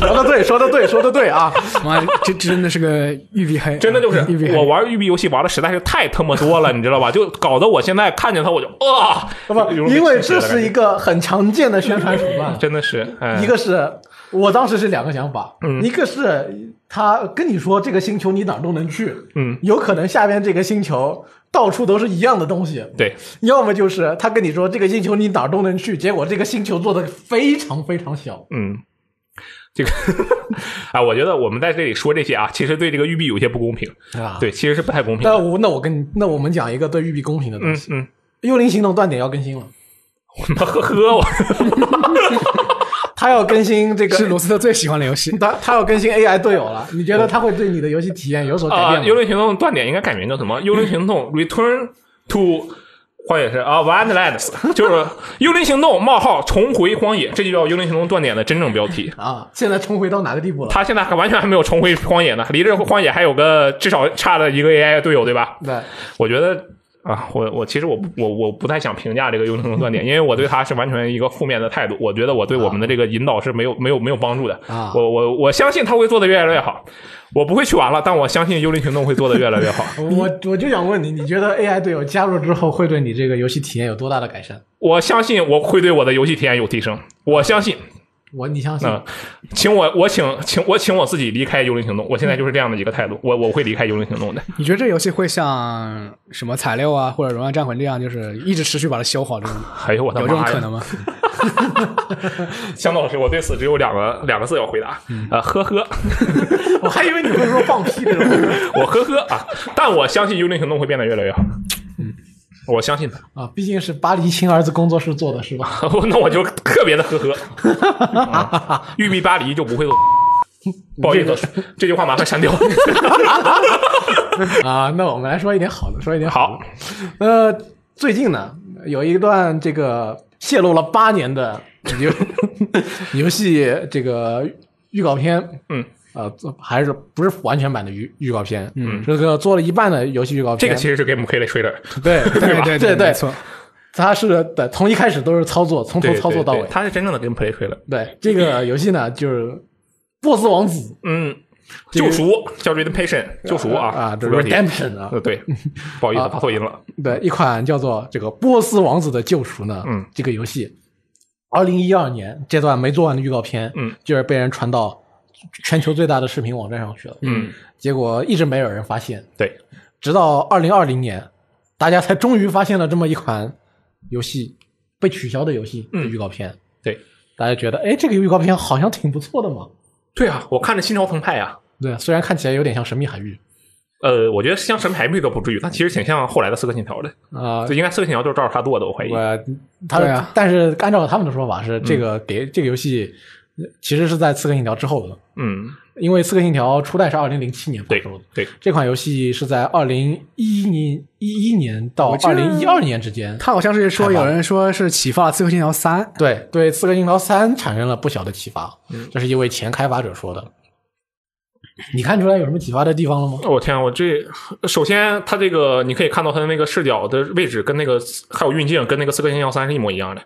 说的对，说的对，说的对啊！
妈，这这真的是个玉碧 黑，
真的 就是
玉碧黑。
我玩育碧游戏玩的实在是太他妈多了，你知道吧？就搞得我现在看见他我就啊，
不，因为这是一个很常见的宣传手 段。
真的是哎
一个是我当时是两个想法，一个是他跟你说这个星球你哪儿都能去，
嗯，
有可能下边这个星球到处都是一样的东西，
对，
要么就是他跟你说这个星球你哪儿都能去，结果这个星球做的非常非常小，
嗯，这个 啊，我觉得我们在这里说这些啊，其实对这个育碧有些不公平，
啊，
对，其实是不太公平
那
的。
我那我跟你那我们讲一个对育碧公平的东
嗯
西，
嗯，
幽灵行动》断点要更新了，
呵呵，我
它要更新这
是
个，
罗斯特最喜欢的 游戏，
它它要更新 AI 队友了，你觉得它会对你的游戏体验有所改
啊，
变
《
吗？
幽灵行动》断点应该改名叫什么？《幽灵行动 Return to》荒野是啊，Wildlands，就是《幽灵行动》冒号重回荒野，这就叫《幽灵行动》断点的真正标题。
啊，现在重回到哪个地步了？
他现在还完全还没有重回荒野呢，离这荒野还有个至少差了一个 AI 队友，对吧？
对，
我觉得啊，我我其实我不我我不太想评价这个幽灵行动断 点，因为我对他是完全一个负面的态度。我觉得我对我们的这个引导是没有没有没有帮助的。
啊
我我我相信他会做的越来越好，我不会去玩了，但我相信幽灵行动会做的越来 越好。
我我就想问你，你觉得 AI 队友加入之后会对你这个游戏体验有多大的改善？
我相信我会对我的游戏体验有提升。我相信，
我你相信？
嗯、请我我请请我请我自己离开幽灵行动。我现在就是这样的一个态度，我我会离开幽灵行动的。
你觉得这游戏会像什么彩六啊，或者荣耀战魂这样，就是一直持续把它消 耗这种，
哎呦我的
有这种
妈
可
呀！
能吗？
香豆老师，我对此只有两个两个字要回答，
嗯
呃，呵呵。
我还以为你会说放屁这种
我呵呵啊，但我相信幽灵行动会变得越来越好。
嗯
我相信他，
啊，毕竟是巴黎亲儿子工作室做的是吧？
那我就特别的呵呵。 啊玉碧巴黎就不会做，不好意思，这句话麻烦 删掉。
啊，那我们来说一点好的，说一点好
好，
的。呃，最近呢，有一段这个泄露了八年的游 游戏这个预告片，
嗯，
呃，还是不是完全版的预预告片，嗯，这个做了一半的游戏预告片，
这个其实是给 Game Trailer，
对
对
对
对
对
没错。
它是的，从一开始都是操作，从头
对
操作到尾。
对对他是真正的 Game Trailer。
对这个游戏呢，就是波斯王子
嗯，
这个
救赎叫 Redemption，救赎啊
啊，这
主标题
Redemption 啊，
呃对，不好意思，发错音了。
对，一款叫做这个《波斯王子的救赎》呢，
嗯，
这个游戏，二零一二年这段没做完的预告片，
嗯，
就是被人传到全球最大的视频网站上去了，
嗯，
结果一直没有人发现，
对，
直到二零二零年，大家才终于发现了这么一款游戏被取消的游戏的预告片，
嗯对
大家觉得哎，这个预告片好像挺不错的嘛。
对啊，我看着心潮澎湃啊。
对，虽然看起来有点像《神秘海域
呃，我觉得像什么海域都不至于，它其实挺像后来的《刺客信条》的，》
啊、
就应该《刺客信条》就是照着它做的，我怀疑。
我他、
对啊嗯
但是按照他们的说法是，这个给、这个游戏呃其实是在《刺客信条》之后的，
嗯，
因为《刺客信条》初代是二零零七年发
对
售的，
嗯对，
这款游戏是在二零一一一一年到
我记
二
得
零一二年之间。
他好像是说有人说是启发了《刺客信 条三》，
对对，《刺客信条三》产生了不小的启发，
嗯
这是一位前开发者说的。你看出来有什么启发的地方了吗？
我、天啊，我这首先它这个你可以看到它的那个视角的位置跟那个还有运镜跟那个《刺客信条三》是一模一样的。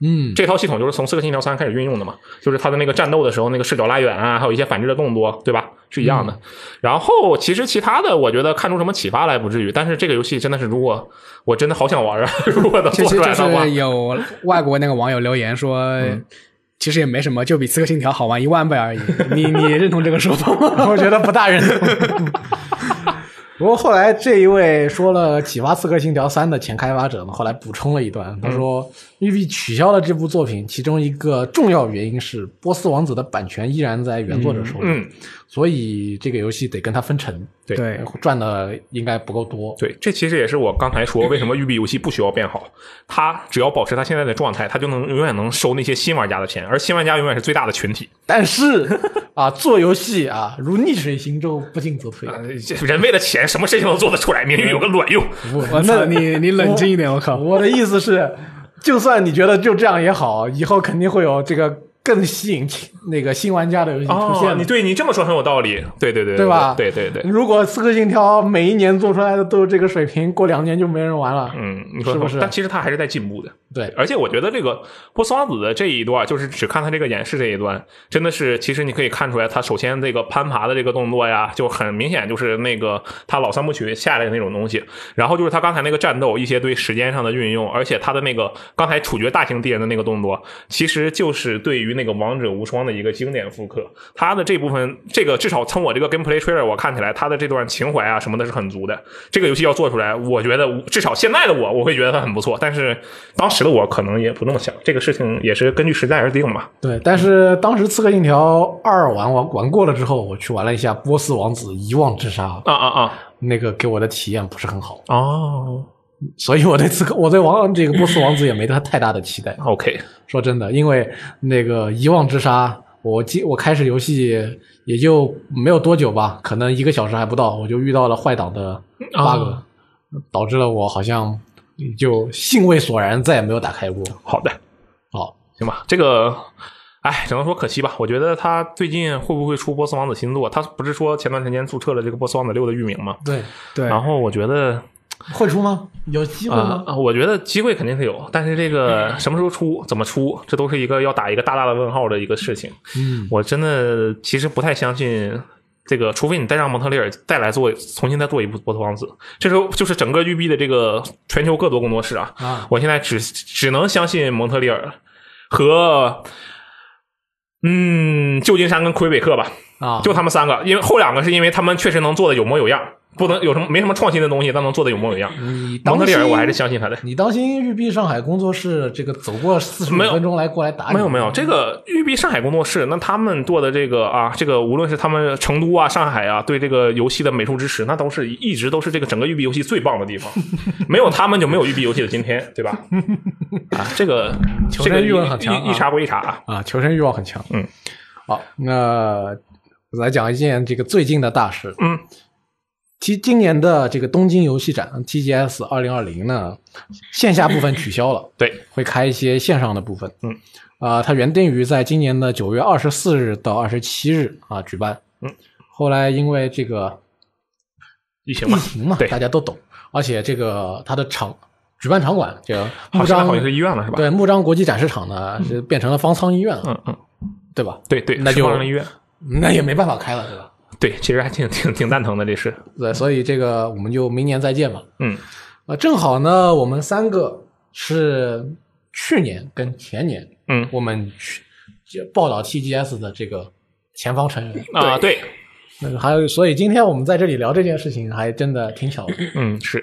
嗯，
这套系统就是从《刺客信条三》开始运用的嘛，就是它的那个战斗的时候那个视角拉远啊，还有一些反制的动作，对吧？是一样的。然后其实其他的我觉得看出什么启发来不至于，但是这个游戏真的是，如果我真的好想玩啊， 如果能
其
做
实
出
就
来的嗯话
是，有外国那个网友留言说，其实也没什么，就比《刺客信条》好玩一万 倍而已。你你认同这个说法吗？
我觉得不大认同。 不过后来这一位说了启发《刺客信条三》的前开发者呢，后来补充了一段，他说：“UB 取消了这部作品，其中一个重要原因是《波斯王子》的版权依然在原作者手里，
嗯，
所以这个游戏得跟他分成，
对
对，
赚的应该不够多。
对，这其实也是我刚才说为什么育碧游戏不需要变好，它只要保持它现在的状态，它就能永远能收那些新玩家的钱，而新玩家永远是最大的群体。
但是啊，做游戏啊，如逆水行舟，不进则退。
呃这人为了钱，什么事情都做得出来，明明有个卵用。
嗯
我操，你你冷静一点，我
啊
靠！
我的意思是，就算你觉得就这样也好，以后肯定会有这个更吸引那个新玩家的游戏出
哦
现，的。
你对你这么说很有道理，对对对，
对吧
对对对，
如果《刺客信条》每一年做出来的都是这个水平，过两年就没人玩了。
嗯，你说
是不
得
是
但其实它还是在进步的。
对，
而且我觉得这个波斯王子的这一段，就是只看他这个演示这一段，真的是，其实你可以看出来，他首先这个攀爬的这个动作呀，就很明显就是那个他老三部曲下来的那种东西。然后就是他刚才那个战斗，一些对时间上的运用，而且他的那个刚才处决大型敌人的那个动作，其实就是对于那个王者无双的一个经典复刻。他的这部分，这个至少从我这个 gameplay trailer 我看起来，他的这段情怀啊什么的是很足的。这个游戏要做出来，我觉得我至少现在的我，我会觉得它很不错。但是当时的我可能也不那么想，这个事情也是根据时代而定吧。
对，但是当时《刺客信条二》玩玩玩过了之后，我去玩了一下《波斯王子：遗忘之沙》，
啊啊啊！
那个给我的体验不是很好，
哦
所以我对刺客，我对王这个波斯王子也没太太大的期待。
，OK，
说真的，因为那个《遗忘之沙》，我记我开始游戏也就没有多久吧，可能一个小时还不到，我就遇到了坏党的 bug，、
啊
导致了我好像就兴味索然，再也没有打开过。哦
好的，
好，
行吧，这个。哎，只能说可惜吧。我觉得他最近会不会出《波斯王子》新作？他不是说前段时间注册了这个《波斯王子六》的域名吗？
对，
对，
然后我觉得
会出吗？有机会
啊
吗？、
呃，我觉得机会肯定是有，但是这个什么时候出、怎么出，这都是一个要打一个大大的问号的一个事情。
嗯，
我真的其实不太相信这个，除非你再让蒙特利尔再来做，重新再做一部《波特王子》，这时候就是整个育碧的这个全球各国工作室啊，
啊，
我现在只只能相信蒙特利尔和。嗯，旧金山跟魁北克吧，
啊，
就他们三个，因为后两个是因为他们确实能做的有模有样，不能有什么没什么创新的东西，但能做的有模有样。
你
蒙
当
特利
心，
尔，我还是相信他的。
你当心育碧上海工作室这个走过四十五
没有
分钟来过来打你，啊
没有没有，这个育碧上海工作室，那他们做的这个啊，这个无论是他们成都啊、上海啊，对这个游戏的美术支持，那都是一直都是这个整个育碧游戏最棒的地方。没有他们就没有育碧游戏的今天，对吧？啊，这个
求
这个
生欲望很强
一一一
啊
茬不一茬啊。
啊，求生欲望很强。
嗯，
好，那来讲一件这个最近的大事。
嗯，
其今年的这个东京游戏展 TGS 二零二零呢，线下部分取消了，
对，
会开一些线上的部分。
嗯，
啊、它原定于在今年的九月二十四日到二十七日啊举办。
嗯，
后来因为这个
疫情
疫
嘛，
情嘛，
对
大家都懂，而且这个呃它的场举办场馆这个
好
木
像
张
好像是医院了，是吧？
对木张国际展示场呢，是变成了方舱医院了，
嗯嗯，
对吧？
对对，
那
是
就
放了医院。
那也没办法开了，对吧？
对，其实还挺挺挺蛋疼的，这是。
对，所以这个我们就明年再见吧。
嗯
啊，正好呢，我们三个是去年跟前年，
嗯
我们去就报道 TGS 的这个前方成员，
啊，对，
那还有，所以今天我们在这里聊这件事情，还真的挺巧的。
嗯是，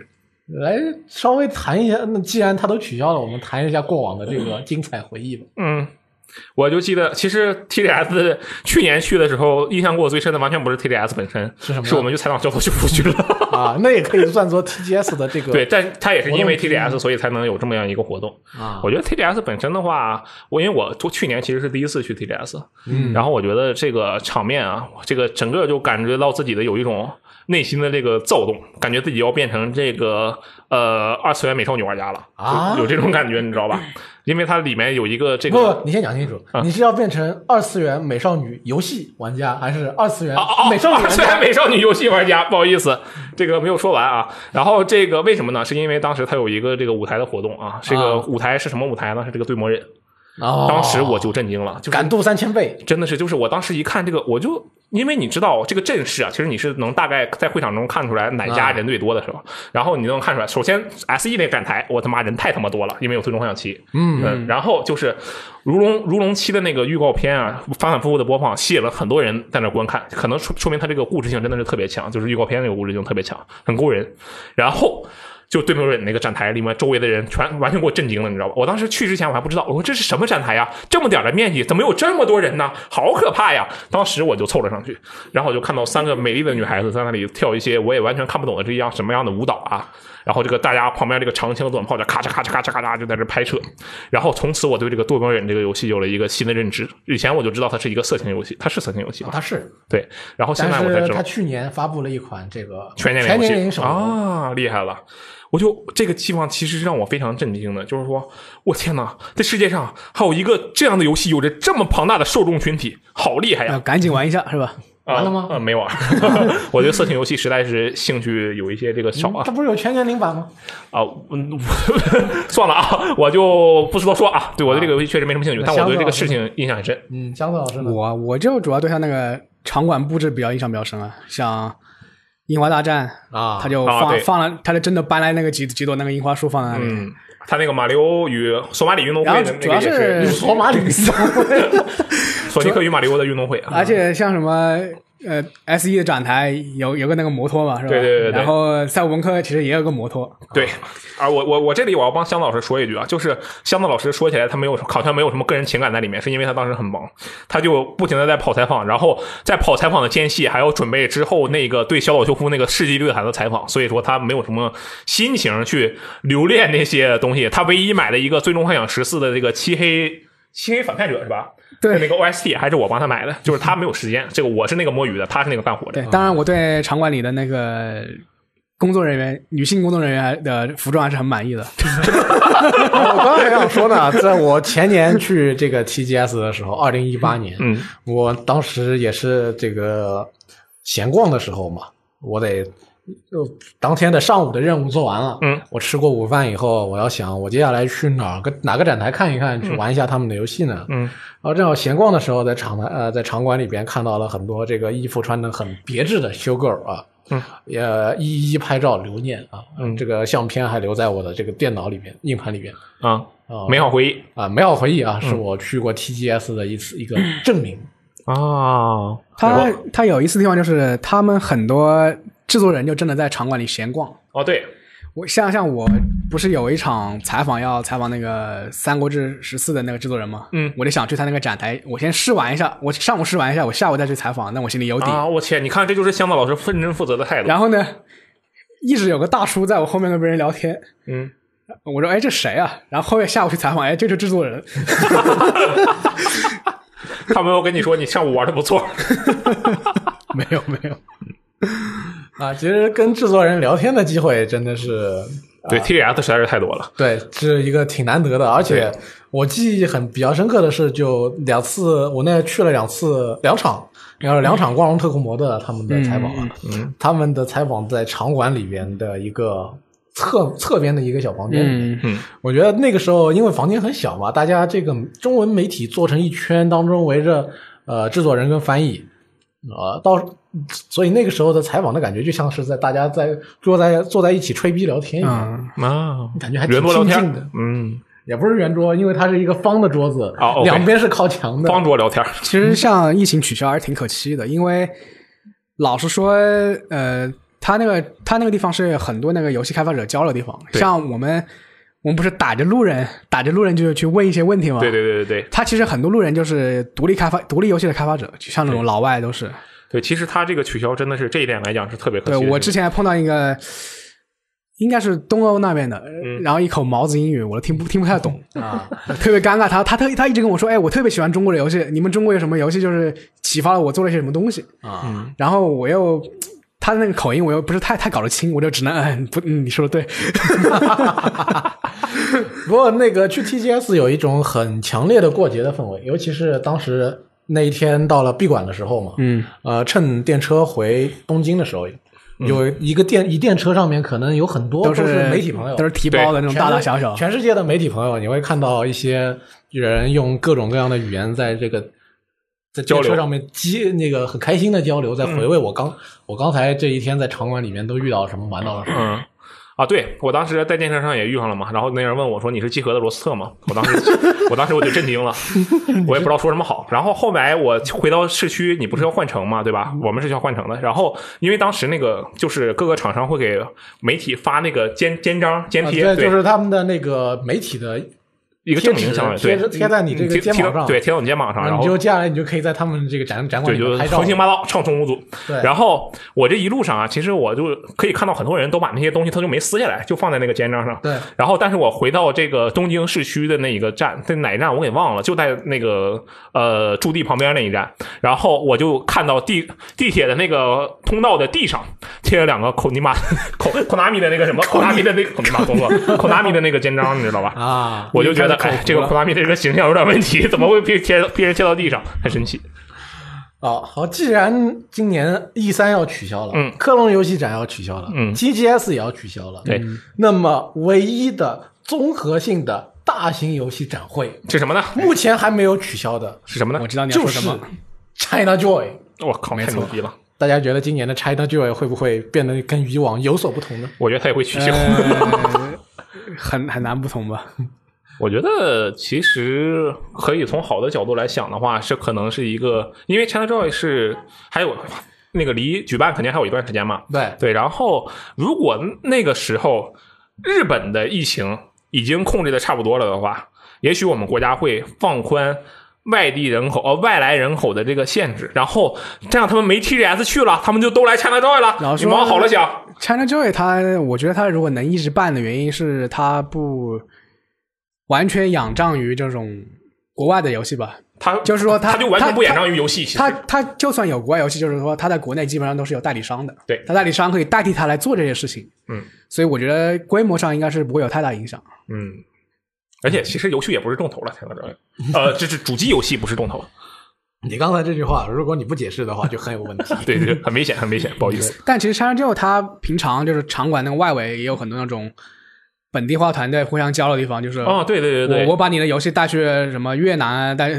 来稍微谈一下，那既然他都取消了，我们谈一下过往的这个精彩回忆吧。
嗯，我就记得，其实 TGS 去年去的时候，印象给我最深的完全不是 TGS 本身，
是什么呀
是我们去采访交头去服去 了。
啊，那也可以算作 TGS 的这个
对，但它也是因为
活动之一
TGS 所以才能有这么样一个活动。
啊
我觉得 TGS 本身的话，我因为我去年其实是第一次去 TGS，嗯，然后我觉得这个场面啊，这个整个就感觉到自己的有一种内心的这个躁动，感觉自己要变成这个呃二次元美少女玩家了
啊嗯
就有这种感觉，你知道吧？因为它里面有一个这
不
个
不，你先讲清楚，
啊
你是要变成二次元美少女游戏玩家，还是二次元美少女
啊
玩
虽
家？
然美少女游戏玩家，不好意思，这个没有说完啊。然后这个为什么呢？是因为当时它有一个这个舞台的活动啊，这
啊
个舞台是什么舞台呢？是这个对魔忍。
哦
当时我就震惊了，就是
感动三千倍，
真的是，就是我当时一看这个，我就因为你知道这个阵势啊，其实你是能大概在会场中看出来哪家人最多的时候，然后你能看出来，首先 S E 那个展台，我他妈人太他妈多了，因为有最终幻想七，嗯然后就是如龙如龙七的那个预告片啊，反反复复的播放，吸引了很多人在那观看，可能说说明它这个故事性真的是特别强，就是预告片那个故事性特别强，很勾人，然后。就对面瑞那个展台里面，周围的人全完全给我震惊了，你知道吧？我当时去之前我还不知道，我说这是什么展台呀？这么点儿的面积，怎么有这么多人呢？好可怕呀！当时我就凑了上去，然后我就看到三个美丽的女孩子在那里跳一些我也完全看不懂的这样什么样的舞蹈啊。然后这个大家旁边这个长枪短炮就咔嚓咔嚓咔嚓咔嚓就在这拍摄，然后从此我对这个《多边忍》这个游戏有了一个新的认知。以前我就知道它是一个色情游戏，它是色情游戏吧，
他是，
对。然后现
但
在我才
是
知道
他，去年发布了一款这个
全年
全
龄游戏
年龄手游，
啊，厉害了！我就这个地方其实是让我非常震惊的，就是说，我天哪，这世界上还有一个这样的游戏，有着这么庞大的受众群体，好厉害呀！
啊，赶紧玩一下是吧？
完了吗
啊、呃没玩儿。我对色情游戏实在是兴趣有一些这个少啊
这不是有全年龄版吗？
啊，嗯，我算了啊，我就不多说啊。对我对这个游戏确实没什么兴趣，
那
但我对这
相对啊
个事情印象很深。
嗯，箱子老师呢？
我我就主要对他那个场馆布置比较印象比较深啊，像樱花大战
啊
他就
啊
放、
对
放了，他就真的搬来那个几几朵那个樱花树放在那里，
嗯，他那个马里奥与索马里运动会
然后
的那
主
个
要
也是
是
索马里 斯，
索尼克与马里奥的运动会啊，
而且像什么呃 S E 的展台有有个那个摩托嘛，是吧？
对对对对
然后赛博朋克其实也有个摩托，
对，啊，我我我这里我要帮箱子老师说一句啊，就是箱子老师说起来他没有好像没有什么个人情感在里面，是因为他当时很忙，他就不停的在跑采访，然后在跑采访的间隙还要准备之后那个对小岛秀夫那个世纪乐坛的采访，所以说他没有什么心情去留恋那些东西。他唯一买了一个《最终幻想十四》的这个漆黑漆黑反派者是吧？
对
那个 OST 还是我帮他买的，就是他没有时间，这个我是那个摸鱼的，他是那个干活的
对，。当然我对场馆里的那个工作人员，女性工作人员的服装还是很满意 的。
啊我刚才还想说呢，在我前年去这个 TGS 的时候，二零一八年，
嗯，
我当时也是这个闲逛的时候嘛，我得就当天的上午的任务做完了，
嗯，
我吃过午饭以后，我要想我接下来去哪个哪个展台看一看，去玩一下他们的游戏呢，
嗯
然后正好闲逛的时候，在场台呃在场馆里边看到了很多这个衣服穿的很别致的修 girl 啊，
嗯，
也一一拍照留念啊，
嗯
这个相片还留在我的这个电脑里面硬盘里面。
啊，
啊，
美好回忆
啊，美好回忆啊，是我去过 TGS 的一次一个证明。
啊，
他他有意思的地方就是，他们很多制作人就真的在场馆里闲逛。
哦对，
我像像我不是有一场采访要采访那个《三国志十四》的那个制作人吗？
嗯
我就想去他那个展台，我先试玩一下，我上午试玩一下，我下午再去采访，那我心里有底。
啊！我天，你看，这就是香子老师认真负责的 态度。
然后呢，一直有个大叔在我后面跟别人聊天，
嗯，
我说：“哎，这谁啊？”然后后面下午去采访，哎，这就是制作人。
他没有跟你说你上午玩的不错，
没有没有，
啊，其实跟制作人聊天的机会真的是，
对 TGS 实在是太多了。
对，是一个挺难得的。而且我记忆很比较深刻的是，就两次，我那去了两次两场，然后两场光荣特库摩的他们的采访啊，嗯、他们的采访在场馆里边的一个侧侧边的一个小房间里面。
嗯，
我觉得那个时候，因为房间很小嘛，大家这个中文媒体做成一圈，当中围着呃制作人跟翻译，呃，到所以那个时候的采访的感觉，就像是在大家在坐在坐在一起吹逼聊天一样，
嗯，
啊，
感觉还挺
圆桌聊
亲近的
天。，嗯，
也不是圆桌，因为它是一个方的桌子，
哦，OK
两边是靠墙的。
方桌聊天。
啊其实像疫情取消还是挺可惜的，因为老实说，呃，他那个他那个地方是很多那个游戏开发者交流的地方，
对
像我们我们不是打着路人打着路人就去问一些问题吗？
对对对对对
他其实很多路人就是独立开发、独立游戏的开发者，就像那种老外都是。
对，其实他这个取消真的是这一点来讲是特别可
对
惜的。
我之前还碰到一个，应该是东欧那边的，
嗯
然后一口毛子英语，我都听不听不太懂啊，特别尴尬。他他特他一直跟我说，哎，我特别喜欢中国的游戏，你们中国有什么游戏就是启发了我做了一些什么东西啊？
嗯
然后我又。他的那个口音我又不是太太搞得清，我就只能嗯不嗯你说的对，
不过那个去 TGS 有一种很强烈的过节的氛围，尤其是当时那一天到了闭馆的时候嘛，嗯，呃，乘电车回东京的时候，有一个电一电车上面可能有很多
都
是
是
媒体朋友，
都是提包的那种
全
大大
是
小小，
全世界的媒体朋友，你会看到一些人用各种各样的语言在这个在
交
电
流
车上面激那个很开心的交流，在回味我刚、我刚才这一天在场馆里面都遇到什么玩到了什么。
嗯。啊，对我当时在电车上也遇上了嘛，然后那人问我说：“你是集合的罗斯特吗？”我当时， 我当时我就震惊了，我也不知道说什么好。然后后来我回到市区，你不是要换乘嘛，对吧？我们是需要换乘的。然后因为当时那个就是各个厂商会给媒体发那个监监章、监
啊
贴，
对，
对，
就是他们的那个媒体的
一个证明相当于
贴
对，
纸贴贴在你这个
贴
肩膀上
贴对，贴到你肩膀
然
上，啊然
后你
后
就接下来你就可以在他们这个展展馆
对，
里
就
面
是
拍照
横。行霸道，畅通无阻。
对
然后我这一路上啊，其实我就可以看到很多人都把那些东西他就没撕下来，就放在那个肩章上。
对，
然后，但是我回到这个东京市区的那一个站，在哪一站我给忘了，就在那个呃驻地旁边那一站。然后我就看到地地铁的那个通道的地上贴了两个口尼玛 口口纳米的那个什么口纳米的那个口尼玛工作口纳米的那个肩章，你知道吧？
啊，
我就觉得，
开始
哎
口，
这个
服
库
了
拉米这个形象有点问题，怎么会被贴被人贴到地上？很神奇。
哦，好，既然今年 E 三要取消了，
嗯
克隆游戏展要取消了，
嗯
，TGS 也要取消了，
对
嗯那么唯一的综合性的大型游戏展会，
是什么呢？
目前还没有取消的，
是什么
我
呢？
知道你要
就
说
是
什么。
China Joy。
我靠，太牛逼了！
大家觉得今年的 China Joy 会不会变得跟以往有所不同呢？
我觉得他也会取消。
呃 很很难不同吧？
我觉得其实可以从好的角度来想的话，是可能是一个，因为 China Joy 是还有那个离举办肯定还有一段时间嘛。
对，
对，然后如果那个时候日本的疫情已经控制的差不多了的话，也许我们国家会放宽。外地人口呃外来人口的这个限制，然后这样他们没 TGS 去了，他们就都来 China Joy 了。
然后
你
说
往好了想，
China Joy 它，我觉得它如果能一直办的原因是它不完全仰仗于这种国外的游戏吧。
他
就是说他
他就完全
他
不仰仗于游戏，其实
它它就算有国外游戏，就是说它在国内基本上都是有代理商的，
对
它代理商可以代替它来做这些事情。
嗯，
所以我觉得规模上应该是不会有太大影响。
嗯，而且其实游戏也不是重头了，现在这儿，呃，这是主机游戏不是重头，
你刚才这句话，如果你不解释的话，就很有问题。
对对，对很危险，很危险，不好意思，
但其实 China Joy 它平常就是场馆那个外围也有很多那种本地化团队互相交流的地方，就是
哦，对对对对，
嗯我我把你的游戏带去什么越南啊，带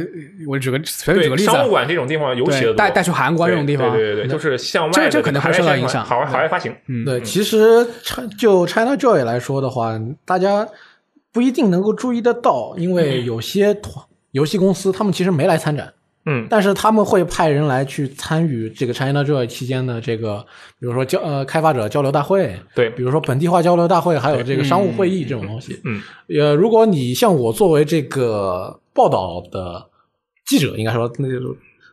我举个随便举个
对
例子啊
商务，馆这种地方尤其
对，
的
带带去韩国这种地方，嗯
对对对，对就是向外
这
的
这可能会
海外
受到
宣
影
传
响
海外海外发行，嗯，
对，其实 Chi- 就 China Joy 来说的话，大家不一定能够注意得到，因为有些团游戏公司他们其实没来参展，
嗯
但是他们会派人来去参与这个 China Joy 期间的这个，比如说交呃开发者交流大会，
对
比如说本地化交流大会，还有这个商务会议这种东西。
嗯，
呃，如果你像我作为这个报道的记者，应该说那就是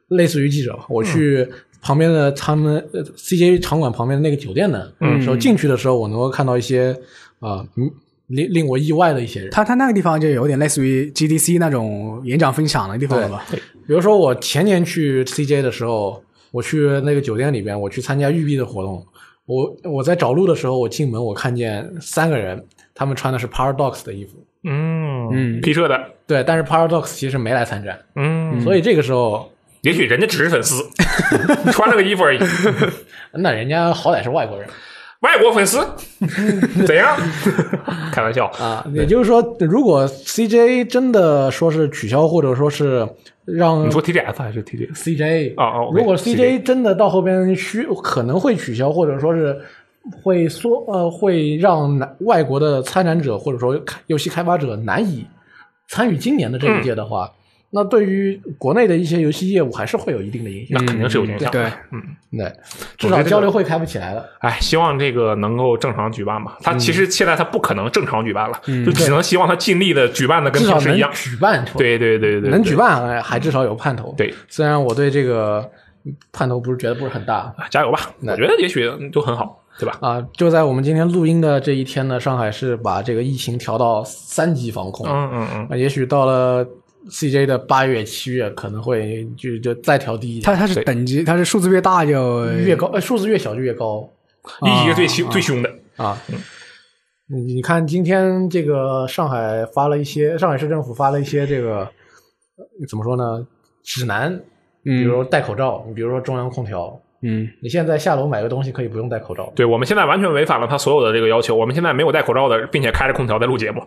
类似于记者吧，我去旁边的他们呃 CJ 场馆旁边的那个酒店呢，嗯，时候进去的时候，我能够看到一些啊、呃嗯令令我意外的一些人。
它它那个地方就有点类似于 GDC 那种演讲分享的地方了吧？
比如说我前年去 CJ 的时候，我去那个酒店里边，我去参加育碧的活动。我我在找路的时候，我进门我看见三个人，他们穿的是 Paradox 的衣服，
嗯嗯，P 社的，
对，但是 Paradox 其实没来参展，
嗯，
所以这个时候，
也许人家只是粉丝， 穿了个衣服而已，
那人家好歹是外国人
外国粉 丝怎样？ 开玩笑，
啊，也就是说，如果 CJ 真的说是取消，或者说是让
你说 TGS 还是 TGS？
CJ
哦哦，OK，
如果
CJ
CJ 真的到后边需可能会取消，或者说是会缩呃会让南外
嗯
国的参展者或者说开游戏开发者难以参与今年的这一届的话，那对于国内的一些游戏业务还是会有一定的影响嗯
那。肯定是有影响。
嗯对，
对，至少交流会开不起来了。
哎，希望这个能够正常举办吧。他其
嗯
实现在他不可能正常举办了，就只能希望他尽力的举办的跟
至少
平时
能
一样。
举办出来，
对对对对对，
能举办哎还至少有盼头。
对，
虽然我对这个盼头不是觉得不是很大
啊加油吧！我觉得也许都很好，对吧？
啊。就在我们今天录音的这一天呢，上海市把这个疫情调到三级防控。
嗯嗯嗯，
那也许到了 CJ 的八月、七月，可能会就就再调低一点，
它它是等级，它是数字越大就
越高，呃，数字越小就越高
一级是最凶最凶的，
啊。你你看，今天这个上海发了一些，上海市政府发了一些这个呃怎么说呢？指南，比如戴口罩，你比如说中央空调，
嗯
你现在下楼买个东西可以不用戴口罩。
对我们现在完全违反了他所有的这个要求。我们现在没有戴口罩的，并且开着空调在录节目。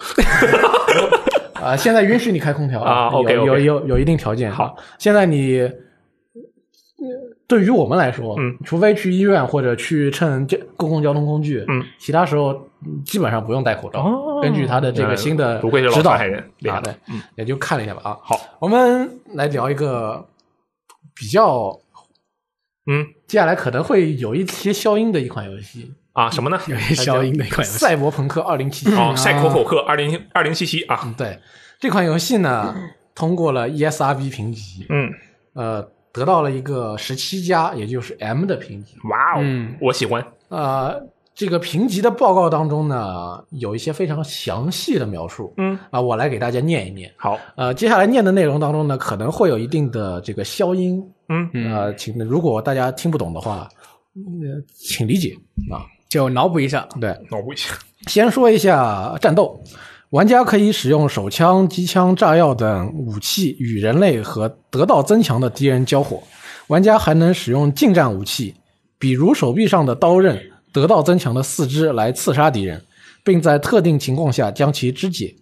啊，现在允许你开空调
啊，OK，OK
有有有有一定条件。
好，
现在你呃
嗯
对于我们来说，
嗯，
除非去医院或者去乘交公共交通工具，
嗯，
其他时候嗯基本上不用戴口罩。
哦嗯
根据他的这个新的
不愧是老
指导
上海人厉害嗯
啊，对，也就看了一下吧啊。
好，
我们来聊一个比较
嗯
接下来可能会有一些消音的一款游戏，
啊，什么呢？
有些 消音的一
《
款游戏。
赛博朋克二零七啊七》
哦，赛口口克二零二零七七啊，
对，这款游戏呢通过了 E ESRB 评级，
嗯，
呃，得到了一个十七加，也就是 M 的评级。
哇哦，
嗯
我喜欢，
呃，这个评级的报告当中呢，有一些非常详细的描述
嗯，
啊、我来给大家念一念。
好，
呃，接下来念的内容当中呢，可能会有一定的这个消音，
嗯，
呃，请如果大家听不懂的话，呃，请理解啊。
就脑补一下，
对，
脑补一下，
先说一下战斗，玩家可以使用手枪、机枪、炸药等武器与人类和得到增强的敌人交火。玩家还能使用近战武器，比如手臂上的刀刃、得到增强的四肢来刺杀敌人，并在特定情况下将其肢解。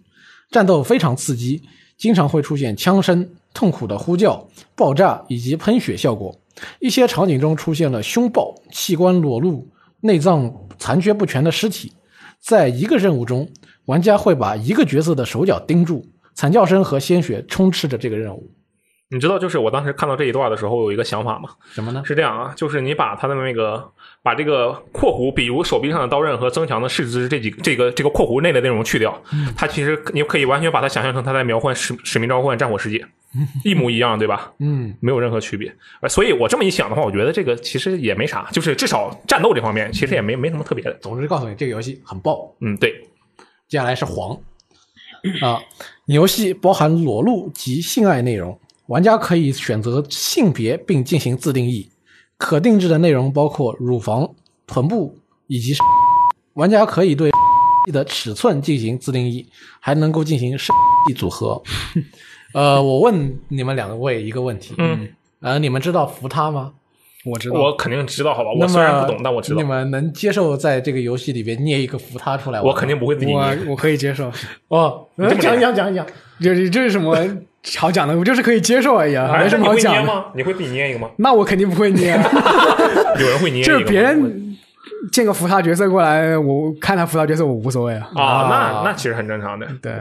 战斗非常刺激，经常会出现枪声、痛苦的呼叫、爆炸以及喷血效果。一些场景中出现了凶暴、器官裸露、内脏残缺不全的尸体。在一个任务中，玩家会把一个角色的手脚钉住，惨叫声和鲜血充斥着这个任务。
你知道，就是我当时看到这一段的时候，我有一个想法吗？
什么呢？
是这样啊，就是你把他的那个，把这个括弧，比如手臂上的刀刃和增强的四肢这几这个这个括弧内的内容去掉，
嗯
它其实你可以完全把它想象成他在描绘使使命召唤战火 世界，一模一样，对吧？
嗯，
没有任何区别。呃所以我这么一想的话，我觉得这个其实也没啥，就是至少战斗这方面其实也没没什么特别的。
总之告诉你，这个游戏很爆。
嗯，对，
接下来是黄啊，游戏包含裸露及性爱内容，玩家可以选择性别并进行自定义。可定制的内容包括乳房、臀部以及，玩家可以对的尺寸进行自定义，还能够进行组合。呃，我问你们两位一个问题，
嗯，
呃，你们知道扶他吗？
我知道。
我肯定知道，好吧？
那
我
么
虽然不懂，但我知道
你，们能接受在这个游戏里边捏一个扶他出来玩吗？
我肯定不会自己捏。
我我可以接受，
哦，
这么
讲
讲
讲讲讲，
就是这是什么好讲的？我就是可以接受而 已啊，
哎
没什
那
么好
你会捏
讲的。
吗？你会自己捏一个吗？
那我肯定不会 捏啊，
有人会捏一个吗，
就是别人建个扶他角色过来，我看他扶他角色我无所谓啊。
啊，
啊
那那其实很正常的。
对，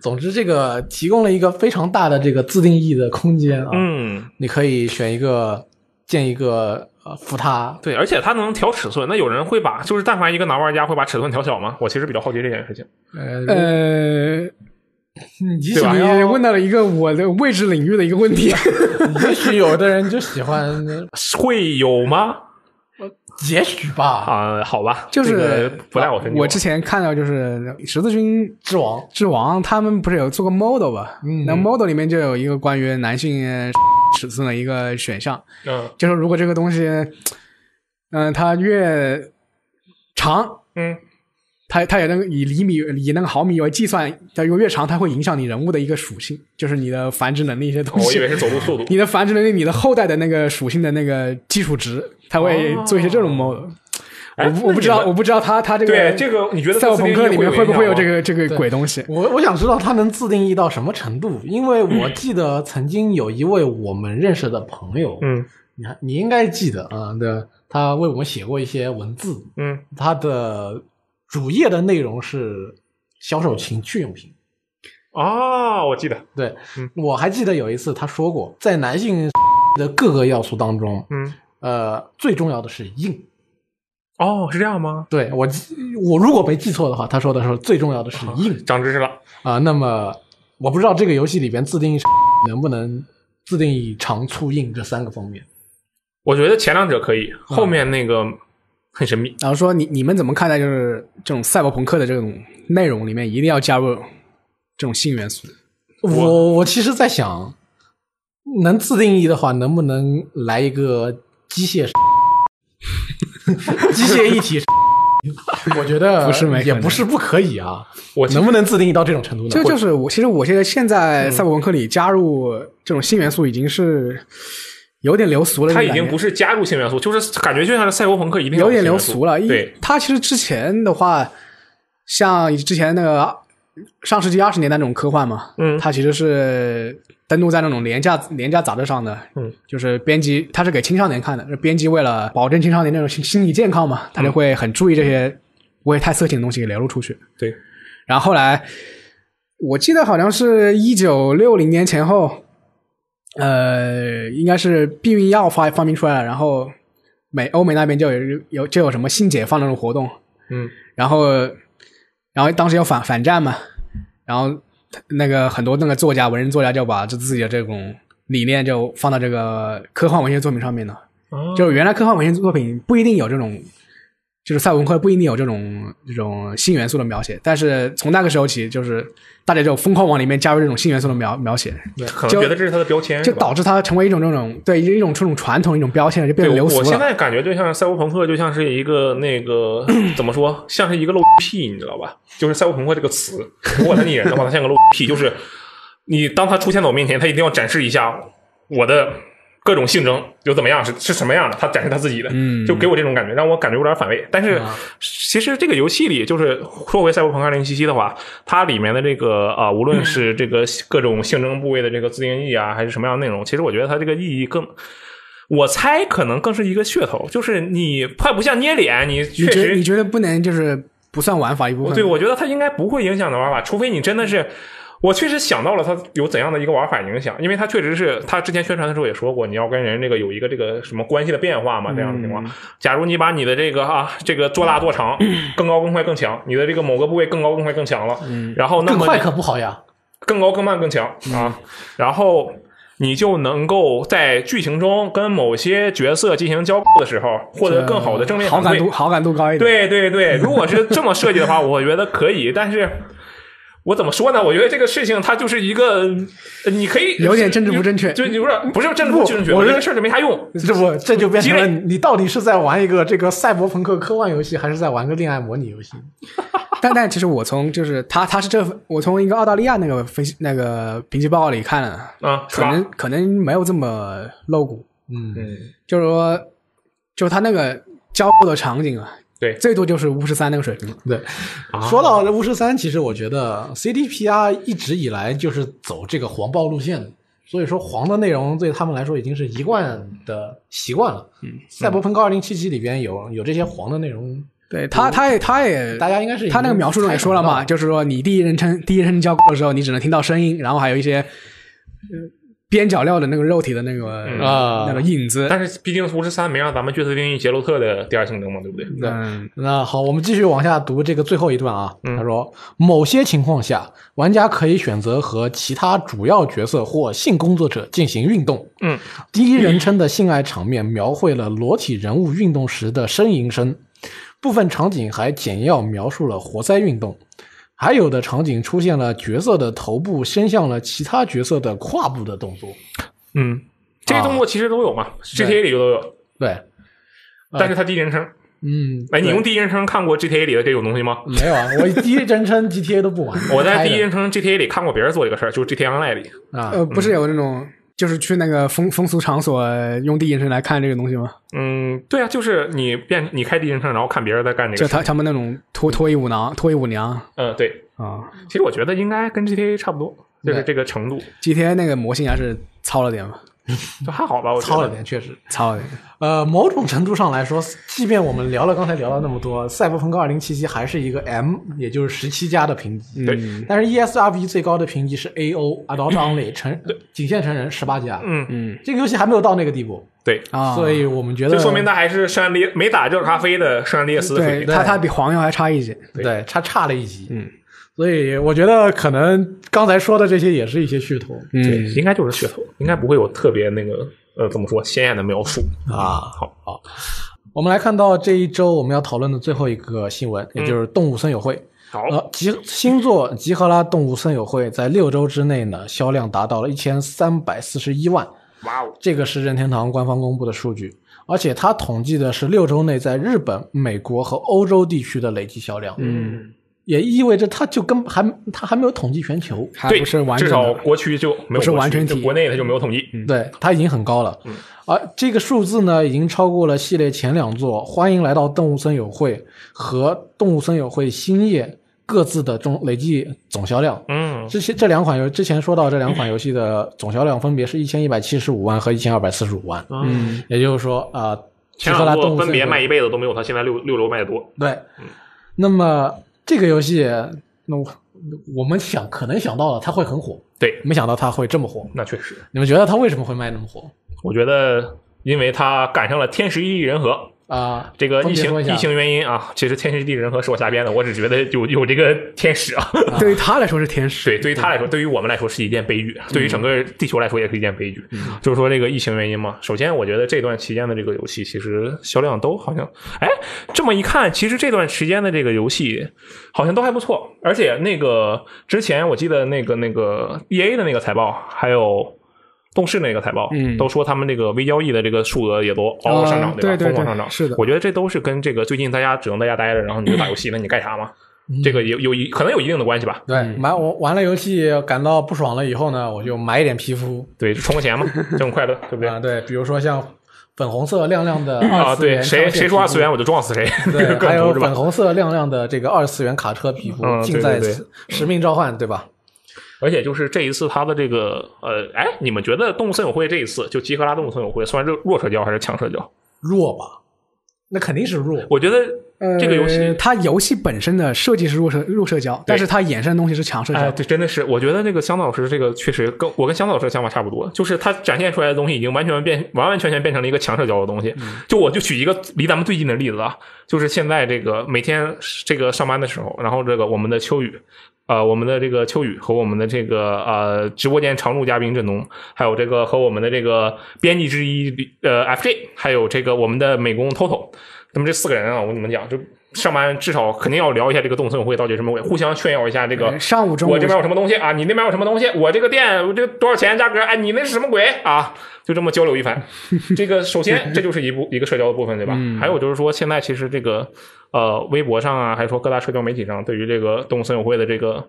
总之这个提供了一个非常大的这个自定义的空间啊，
嗯，
你可以选一个建一个呃扶他，
对，而且它能调尺寸。那有人会把，就是但凡一个男玩家会把尺寸调小吗？我其实比较好奇这件事情。
呃，
呃，
你
对吧
想
你
要
问到了一个我的位置领域的一个问题，啊
也许有的人就喜欢，
会有吗？
也许吧，
啊，好吧，
就是啊
这个不赖我身上。
我之前看到就是十字军
之王，
之王他们不是有做过 model 吧？
嗯
那 model 里面就有一个关于男性呃尺寸的一个选项，
嗯
就是如果这个东西，嗯、它越长，
嗯
它它也能以厘米以那个毫米为计算，它用越长，它会影响你人物的一个属性，就是你的繁殖能力一些东
我以
西。
为是走路速度。
你的繁殖能力，你的后代的那个属性的那个基础值，它会做一些这种 model。
哎那
我不我不知
你
道，
们
我不知道它它这个
对这个，你觉得
赛博朋克里面会不会有这
个？
个这个
对
鬼东西？
我我想知道他能自定义到什么程度，因为我记得曾经有一位我们认识的朋友，
嗯
你还你应该记得啊、对，他为我们写过一些文字，
嗯，
他的主页的内容是销售情趣用品，
哦，我记得，
对，我还记得有一次他说过，在男性 的各个要素当中，
嗯，
呃，最重要的是硬。
哦，是这样吗？
对我记，我如果没记错的话，他说的是最重要的是硬
长知识了，
啊、那么我不知道这个游戏里边自定义 能不能自定义长、粗、硬这三个方面。
我觉得前两者可以，后面那个很神秘。
然后说你你们怎么看待就是这种赛博朋克的这种内容里面一定要加入这种性元素？
我我其实在想，能自定义的话，能不能来一个机械机械一体？ 我觉得
不是没可能
也不是不可以啊。
我
能不能自定义到这种程度呢？
这就是我其实我觉得现
嗯
在赛博朋克里加入这种新元素已经是有点流俗了，
它
这
已
种
经
感觉
不是加入新元素，就是感觉就像是赛博朋克一定要
嗯有点流
新元素
俗了。因
对，，
它其实之前的话，像之前那个上世纪二十年代那种科幻嘛，
嗯
它其实是登录在那种廉价廉价杂志上的，
嗯，
就是编辑它是给青少年看的，那编辑为了保证青少年那种心心理健
嗯
康嘛，他就会很注意这些不会太色情的东西给流露出去。
对，
然后后来，我记得好像是一九六零年前后，呃，应该是避孕药发发明出来了，然后美欧美那边就有有就有什么性解放那种活动，
嗯，
然后然后当时要反反战嘛，然后那个很多那个作家文人作家就把这自己的这种理念就放到这个科幻文学作品上面了。
哦
就是原来科幻文学作品不一定有这种，就是赛文克不一定有这种这种新元素的描写，但是从那个时候起，就是大家就疯狂往里面加入这种新元素的描描写，
可能觉得这是它的标签，
就是
吧
导致它成为一种这种对一种这种传统一种标签了，就变
对
得流
我
俗
现
了。
在感觉就像赛博朋克，就像是一个那 个怎么说，像是一个漏屁，你知道吧？就是赛博朋克这个词，如果它拟人的话，它像个漏屁，就是你当它出现在我面前，它一定要展示一下我的各种性征有怎么样是是什么样的，它展示它自己的，
嗯
就给我这种感觉，让我感觉有点反胃。但是
啊
其实这个游戏里，就是说回赛博朋克二零七七的话，它里面的这个啊、无论
嗯
是这个各种性征部位的这个自定义啊，还是什么样的内容，其实我觉得它这个意义更。我猜可能更是一个噱头，就是你快不像捏脸，你
你
确
觉得你
实
觉得不能就是不算玩法一部分？
对我觉得它应该不会影响的玩法，除非你真的是。我确实想到了它有怎样的一个玩法影响，因为它确实是它之前宣传的时候也说过，你要跟人这个有一个这个什么关系的变化嘛，这样的情况。
嗯
假如你把你的这个啊这个做大做 长，更高更快更强，你的这个某个部位更高更快更强了，
嗯
然后那
更
么
快
你
可不好呀。
更高、更慢、更强啊。然后你就能够在剧情中跟某些角色进行交互的时候，获得更好的正面
好
反
感
馈
度。好感度高一点。
对对对，如果是这么设计的话，我觉得可以。但是，我怎么说呢？我觉得这个事情它就是一个，呃你可以
有点政治不正确
就有点不是政治不正确，
不我
我觉
是
得这个事儿就没啥用。
这不这就变成了
激
你到底是在玩一个这个赛博朋克科幻游戏，还是在玩个恋爱模拟游戏？
但但其实我从就是他他是这我从一个澳大利亚那个分析那个评级报告里看了，
啊，是
可
吧？
能可能没有这么露骨。
嗯，
嗯，
就是说，就是他那个交互的场景啊，
对
最多就是巫师三那个水平。
对。
啊
说到这巫师三，其实我觉得 CDPR 啊一直以来就是走这个黄暴路线的，所以说黄的内容对他们来说已经是一贯的习惯了。嗯，赛博朋克二零七七里边有有这些黄的内容，
对
哦
他，他也，他也，
大家应该是已经
他那个描述中也说了
猜想
嘛，
到
就是说你第一人称第一人称交互的时候，你只能听到声音，然后还有一些呃边角料的那个肉体的那个
嗯
啊
那个影子。
但是毕竟巫师三没让咱们角色定义杰洛特的第二性征嘛，对不对？
嗯，
那好，我们继续往下读这个最后一段啊。
嗯
他说，某些情况下，玩家可以选择和其他主要角色或性工作者进行运动。
嗯，
第一人称的性爱场面描绘了裸体人物运动时的呻吟声，部分场景还简要描述了活塞运动，还有的场景出现了角色的头部伸向了其他角色的胯部的动作。
嗯，这些动作其实都有啊嘛，GTA 里就都有，
对，
但是它第一人称。
嗯，
哎，你用第一人称看过 GTA 里的这种东西吗？
没有啊？我第一人称 GTA 都不玩
，我在
开
第
的
一人称 GTA 里看过别人做这个事儿，就是 GTA Online 里。
啊，
呃，不是有那种就是去那个风风俗场所用第一人称来看这个东西吗？
嗯，对啊，就是你变你开第一人称，然后看别人在干这
就
个事儿。
他他们那种脱脱衣舞娘脱衣舞娘
嗯，对，
啊
其实我觉得应该跟 GTA 差不多，就
对
是
嗯
这个程度。
，GTA 那个模型还是糙了点嘛。
就还好吧，我觉
糙了
得。
点，确实。
操的，
呃，某种程度上来说，即便我们聊了刚才聊了那么多，《赛博朋克2077》还是一个 M，也就是十七加的评级。
对
嗯
但是 E ESRB 最高的评级是 AO（Adult Only） 成仅限成人十八加。
嗯，
嗯
这个游戏还没有到那个地步，
对，
啊，
所以我们觉得
这说明他还是圣安利没打就是咖啡的圣安利斯的水
对
平。
他他比黄油还差一截，
对它差了一级。嗯，所以我觉得可能刚才说的这些也是一些噱头
对
嗯，
应该就是噱头，应该不会有特别那个呃怎么说鲜艳的描述。嗯
啊。
好，
我们来看到这一周我们要讨论的最后一个新闻，也就是动物森友会。
好，
呃，集星座《集合拉动物森友会》在六周之内呢，销量达到了一千三百四十一万，
哇哦，
这个是任天堂官方公布的数据，而且它统计的是六周内在日本、美国和欧洲地区的累计销量，
嗯，
也意味着它就跟还它还没有统计全球，
还
对，
不是完
至
整
少
的，
国区就没有
不是
国区
完全体嗯
就国内它就没有统计。
对，它已经很高了，而这个数字呢，已经超过了系列前两座《欢迎来到动物森友会》和《动物森友会星夜》各自的总累计总销量，
嗯，
这些这两款游之前说到这两款游戏的总销量分别是一千一百七十五万和一千二百四十五万，
嗯
也就是说啊，呃
前
提克拉
两
动
座
物
分别
森友
卖一嗯辈子都没有他现在六六楼卖的多。
对。那么这个游戏，那我我们想可能想到了它会很火，
对，
没想到它会这么火。
那确实，
你们觉得它为什么会卖那么火
我觉得因为他赶上了天时地利人和。
啊？
这个
分
疫
别
情
说一下
疫情原因啊，其实天时地利人和是我瞎编的，我只觉得有有这个天时啊。
对于他来说是天使，
对，对于他
嗯
来说，对于我们来说是一件悲剧，对于整个地球来说也是一件悲剧。
嗯
就是说这个疫情原因嘛，首先我觉得这段期间的这个游戏其实销量都好像，哎，这么一看，其实这段时间的这个游戏好像都还不错，而且那个之前我记得那个那个 E A 的那个财报，还有。动视那个财报，
嗯
都说他们这个微交易的这个数额也都嗷嗷上涨，
啊
吧？
对对
疯狂
对
上涨，
是的
我觉得这都是跟这个最近大家只能在家待着，然后你就打游戏，那你干啥嘛？
嗯
这个有有一可能有一定的关系吧？
对，买我玩了游戏感到不爽了以后呢，我就买一点皮肤
对，就充个钱嘛，挣快乐，对不 对？
啊，对，比如说像粉红色亮亮的
啊，
二次元
对，谁
上线
谁说
皮
二
肤
次元我就撞死谁， 那个
对，哎
梗
还有
图是吧
粉？红色亮亮的这个二次元卡车皮肤，
嗯
尽在
对对对
使使命召唤，对吧？
而且就是这一次他的这个呃，哎，你们觉得动物森友会这一次就集合拉动物森友会算是弱社交还是强社交？
弱吧，那肯定是弱。
我觉得这个游戏，
呃它游戏本身的设计是入社入社交，但是它衍生的东西是强社
哎，
交，
对，真的是，我觉得这个香子老师这个确实跟我跟香子老师的想法差不多，就是他展现出来的东西已经完全变完完全全变成了一个强社交的东西。就我就举一个离咱们最近的例子啊，就是现在这个每天这个上班的时候，然后这个我们的秋雨。呃，我们的这个秋雨和我们的这个呃直播间常驻嘉宾振东，还有这个和我们的这个编辑之一呃 FJ，还有这个我们的美工 Toto，那么这四个人啊，我跟你们讲，就上班至少肯定要聊一下这个动森友会到底什么鬼，互相炫耀一下这个
呃上午中午
我这边有什么东西啊，你那边有什么东西，我这个店我这个多少钱价格，哎，你那是什么鬼啊？就这么交流一番。这个首先这就是一部一个社交的部分，对吧？
嗯
还有就是说，现在其实这个呃微博上啊，还是说各大社交媒体上，对于这个动物森友会的这个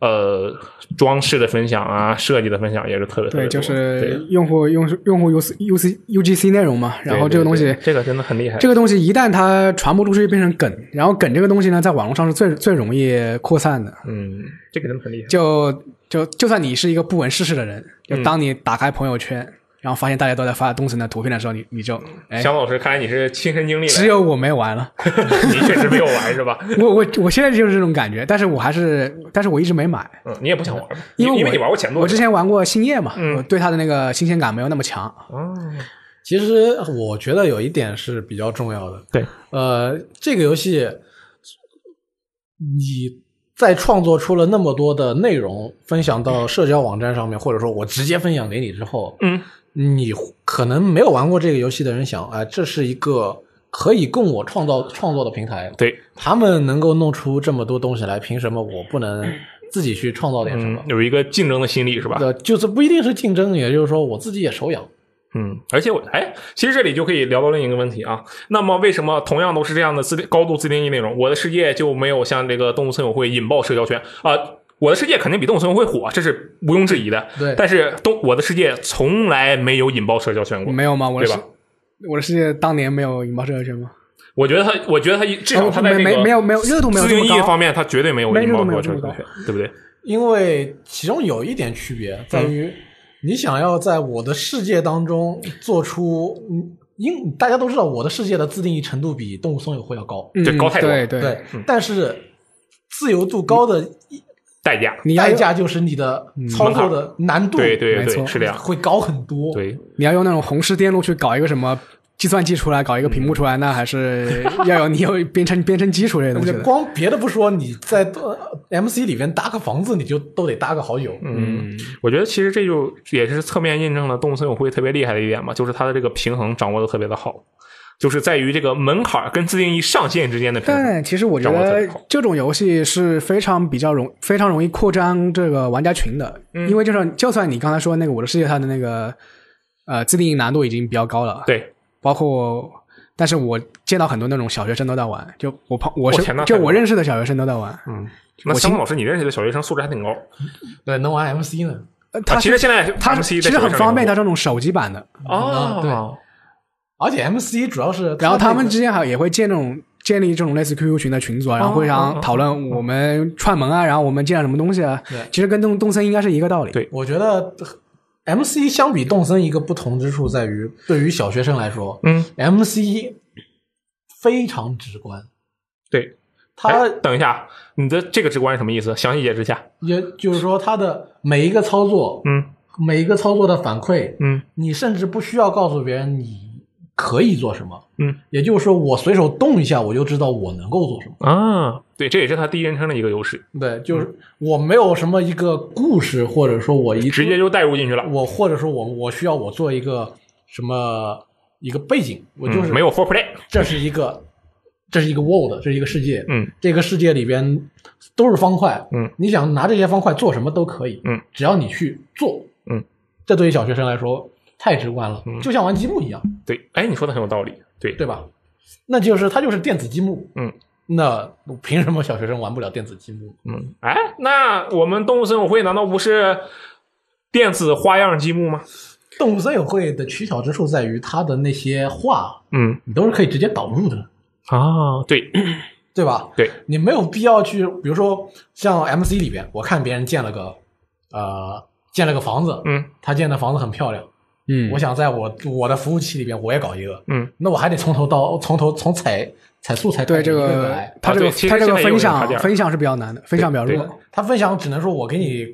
呃装饰的分享啊、设计的分享也是特别特别
对，
多
就
对
是用户用用户 U C U C U G C 内容嘛，然后
对
这个东西。
对对这个真的很厉害，
这个东西一旦它传播出去变成梗，然后梗这个东西呢，在网络上是最最容易扩散的。
嗯，这个真的很厉害。
就就就算你是一个不闻世事的人，
嗯
就当你打开朋友圈，然后发现大家都在发东森的图片的时候，你你就哎，
香老师，看来你是亲身经历了，
只有我没玩了。
你确实没有玩是吧？
我我我现在就是这种感觉，但是我还是，但是我一直没买，
嗯，你也不想玩吧，
因为
因
我
为你玩过前作，
我之前玩过星夜嘛，
嗯
我对它的那个新鲜感没有那么强。
哦，
其实我觉得有一点是比较重要的，
对，
呃，这个游戏你在创作出了那么多的内容，分享到社交网站上面，或者说我直接分享给你之后，
嗯，
你可能没有玩过这个游戏的人想，啊、这是一个可以供我创造创作的平台，
对，
他们能够弄出这么多东西来，凭什么我不能自己去创造点什么
嗯？，有一个竞争的心理是吧？
呃，就是不一定是竞争，也就是说我自己也手痒。
嗯，而且我哎，其实这里就可以聊到另一个问题啊。那么为什么同样都是这样的自定高度自定义内容，我的世界就没有像这个动物森友会引爆社交圈啊？我的世界肯定比动物森友会火，这是毋庸置疑的。
对
但是动我的世界从来没有引爆社交圈过。
没有吗？我的
对
世
吧嗯
我的世界当年没有引爆社交圈吗？
我觉得他，我觉得他至少
哦
他在
没
这
没
个
没有没有热度没有
自
这
定
么
义
高。
方面，他绝对没有
没
引
热
爆
度没有
社交
这么
圈，对不对？
嗯
因为其中有一点区别在于，你想要在我的世界当中做出，嗯因大家都知道我的世界的自定义程度比动物松友会要高，
这高太多
嗯对对，
对，但是自由度高的
代价。
你要
代
用
价就是你的操作的难度
对对
没
对，
错
是这样。
会高很多，
对，
你要用那种红石电路去搞一个什么计算机出来，搞一个屏
嗯
幕出来，那还 是要有你有编程编程基础这些东西
就
的。
光别的不说，你在呃 MC 里边搭个房子，你就都得搭个好久。
嗯，我觉得其实这就也是侧面印证了动物森友会特别厉害的一点嘛，就是它的这个平衡掌握的特别的好，就是在于这个门槛儿跟自定义上限之间的平衡。
但其实我觉
掌握得
得
很好
这种游戏是非常比较容非常容易扩张这个玩家群的，
嗯
因为就算就算你刚才说那个《我的世界》它的那个呃自定义难度已经比较高了，
对，
包括，但是我见到很多那种小学生都在玩，就我朋我
天呐
是就
太多
我
了
认识的小学生都在玩，嗯，
那
我
香
听
港老师，你认识的小学生素质还挺高。
对，能玩 MC 呢？
呃他
啊、其实现在
他
MC
其实很方便，他这种手机版的，
嗯对
哦，
而且 MC 主要是，
然后他们
这
之间还也会建那种建立这种类似 QQ 群的群组啊，然后
哦
互
哦哦
相讨论我们串门啊，然后我们见了什么东西啊
对，
其实跟动动森应该是一个道理。
对
我觉得 MC 相比动森一个不同之处在于，对于小学生来说，
嗯，
MC 非常直观，
对。
它
哎等一下，你的这个直观是什么意思？详细解释一下。
也就是说它的每一个操作，
嗯
每一个操作的反馈，
嗯
你甚至不需要告诉别人你可以做什么，
嗯
也就是说我随手动一下我就知道我能够做什么。
啊，对，这也是他第一人称的一个优势，
对，
嗯
就是我没有什么一个故事，或者说我一
直接就带入进去了。
我或者说我我需要我做一个什么一个背景，我就是、
嗯、没有 for play，
这是一个，这是一个 world，这是一个世界。
嗯，
这个世界里边都是方块。
嗯，
你想拿这些方块做什么都可以。
嗯，
只要你去做。
嗯，
这对于小学生来说太直观了，就像玩积木一样，
对，哎，你说的很有道理，对，
对吧？那就是它就是电子积木。
嗯，
那凭什么小学生玩不了电子积木？
嗯，哎，那我们动物森友会难道不是电子花样积木吗？
动物森友会的取巧之处在于它的那些画，
嗯
你都是可以直接导入的，
啊，对
对吧？
对，
你没有必要去，比如说像 MC 里边，我看别人建了个，呃，建了个房子，
嗯
他建的房子很漂亮，
嗯
我想在我我的服务器里边我也搞一个，
嗯，
那我还得从头到从头从采采素材
对这
一个
个
来，，
他这
啊对
个
其实
他这
现
个
在也有
分
这个插件
享分享是比较难的，分享比较
对
弱，
他分享只能说我给你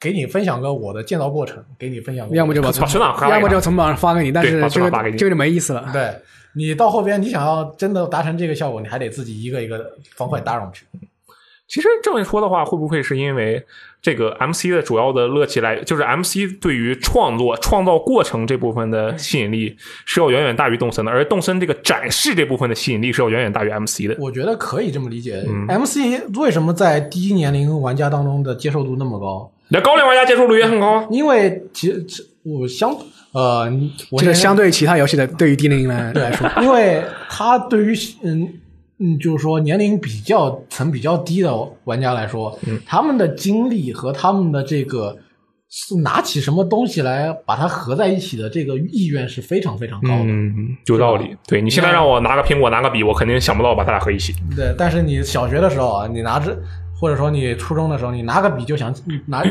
给你分享个我的建造过程，给你分享个，
要么就把存
把存档发给他
要么就存档发给你，但
对
是
把
这
存档发给
个
你
这个就没意思了。
对你到后边你想要真的达成这个效果，你还得自己一个一个方
嗯
块搭上去，
其实这么说的话，会不会是因为这个 MC 的主要的乐趣来，就是 MC 对于创作、创造过程这部分的吸引力是要远远大于动森的，而动森这个展示这部分的吸引力是要远远大于 MC 的。
我觉得可以这么理解。
嗯
MC 为什么在低年龄玩家当中的接受度那么高？
那高龄玩家接受率也很高啊。
因为其实其我相呃，我
这
先
个相对于其他游戏的，对于低龄来来说，
因为他对于嗯嗯，就是说年龄比较层比较低的玩家来说，
嗯
他们的经历和他们的这个是拿起什么东西来把它合在一起的这个意愿是非常非常高的。
嗯，有道理。对你现在让我拿个苹果拿个笔，我肯定想不到把它俩合一起。
对，但是你小学的时候啊，你拿着或者说你初中的时候，你拿个笔就想拿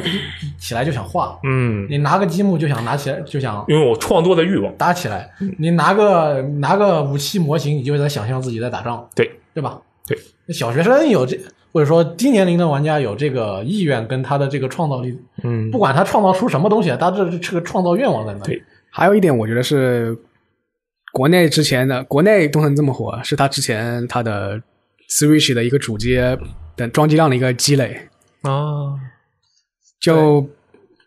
起来就想画，
嗯，
你拿个积木就想拿起来就想
拥有创作的欲望。
打起来，你拿个拿个武器模型，你就在想象自己在打仗，
对，
对吧？
对，
小学生有这，或者说低年龄的玩家有这个意愿跟他的这个创造力，
嗯
不管他创造出什么东西啊来，他这这个创造愿望在那里。
还有一点，我觉得是国内之前的国内动森这么火，是它之前它的 Switch 的一个主机的装机量的一个积累。
啊，
就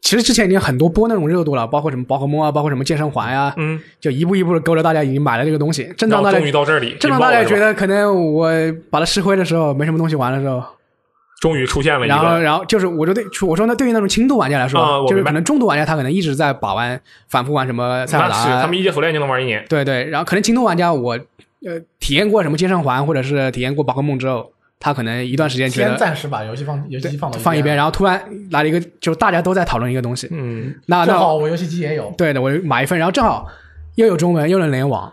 其实之前已经很多波那种热度了，包括什么宝可梦啊，包括什么健身环呀、
嗯，
就一步一步的勾着大家已经买了这个东西。正
那
当
我
大家
终于到这里，
正当
引爆
大家
了是吧
觉得可能我把它吃灰的时候，没什么东西玩的时候，
终于出现了一
然后
个
然后就是我就对我说那对于那种轻度玩家来说，
啊我
就是
明白
可能重度玩家他可能一直在把玩反复玩什么塞尔
那
达
是
啊，
他们一解锁链就能玩一年。
对对，然后可能轻度玩家我呃体验过什么健身环，或者是体验过宝可梦之后，他可能一段时间觉
先
得
暂时把游戏放游戏机放到
放一边，
边，
然后突然来了一个，就是大家都在讨论一个东西，
嗯，
那
正好
那
我游戏机也有，
对的，我就买一份，然后正好又有中文又能联网，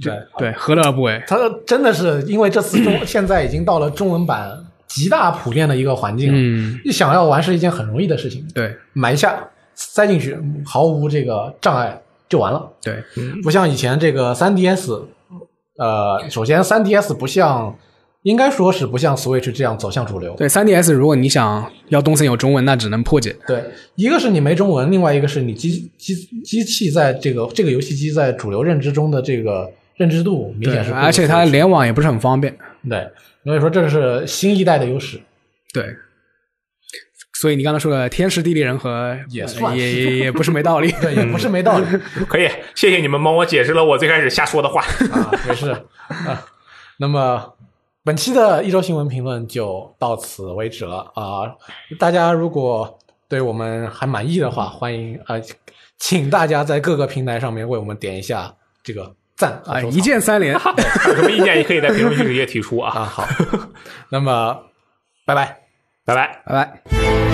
对，
对，何乐而不为？
他真的是因为这次 中现在已经到了中文版极大普遍的一个环境，
嗯，
你想要玩是一件很容易的事情，
对，
买一下塞进去，毫无这个障碍就完了。
对，
不像以前这个 3DS，呃，首先 3DS 不像，应该说是不像 Switch 这样走向主流。
对，3DS 如果你想要东森有中文，那只能破解。
对，一个是你没中文，另外一个是你机机机器在这个这个游戏机在主流认知中的这个认知度明
对
显是，不如
而且它
Switch
联网也不是很方
嗯
便。
对，所以说这是新一代的优势。
对，所以你刚才说的天时地利人和
也
呃
算
也
是
也也不是没道理。
对，也不是没道 理
嗯
可以，谢谢你们帮我解释了我最开始瞎说的话。
啊，没事啊。那么本期的一周新闻评论就到此为止了啊！大家如果对我们还满意的话，欢迎啊、请大家在各个平台上面为我们点一下这个赞和
啊，
收藏
一键三 连，
有什么意见也可以在评论区直接提出啊。
啊。好，那么拜拜。
拜拜。
拜拜。
「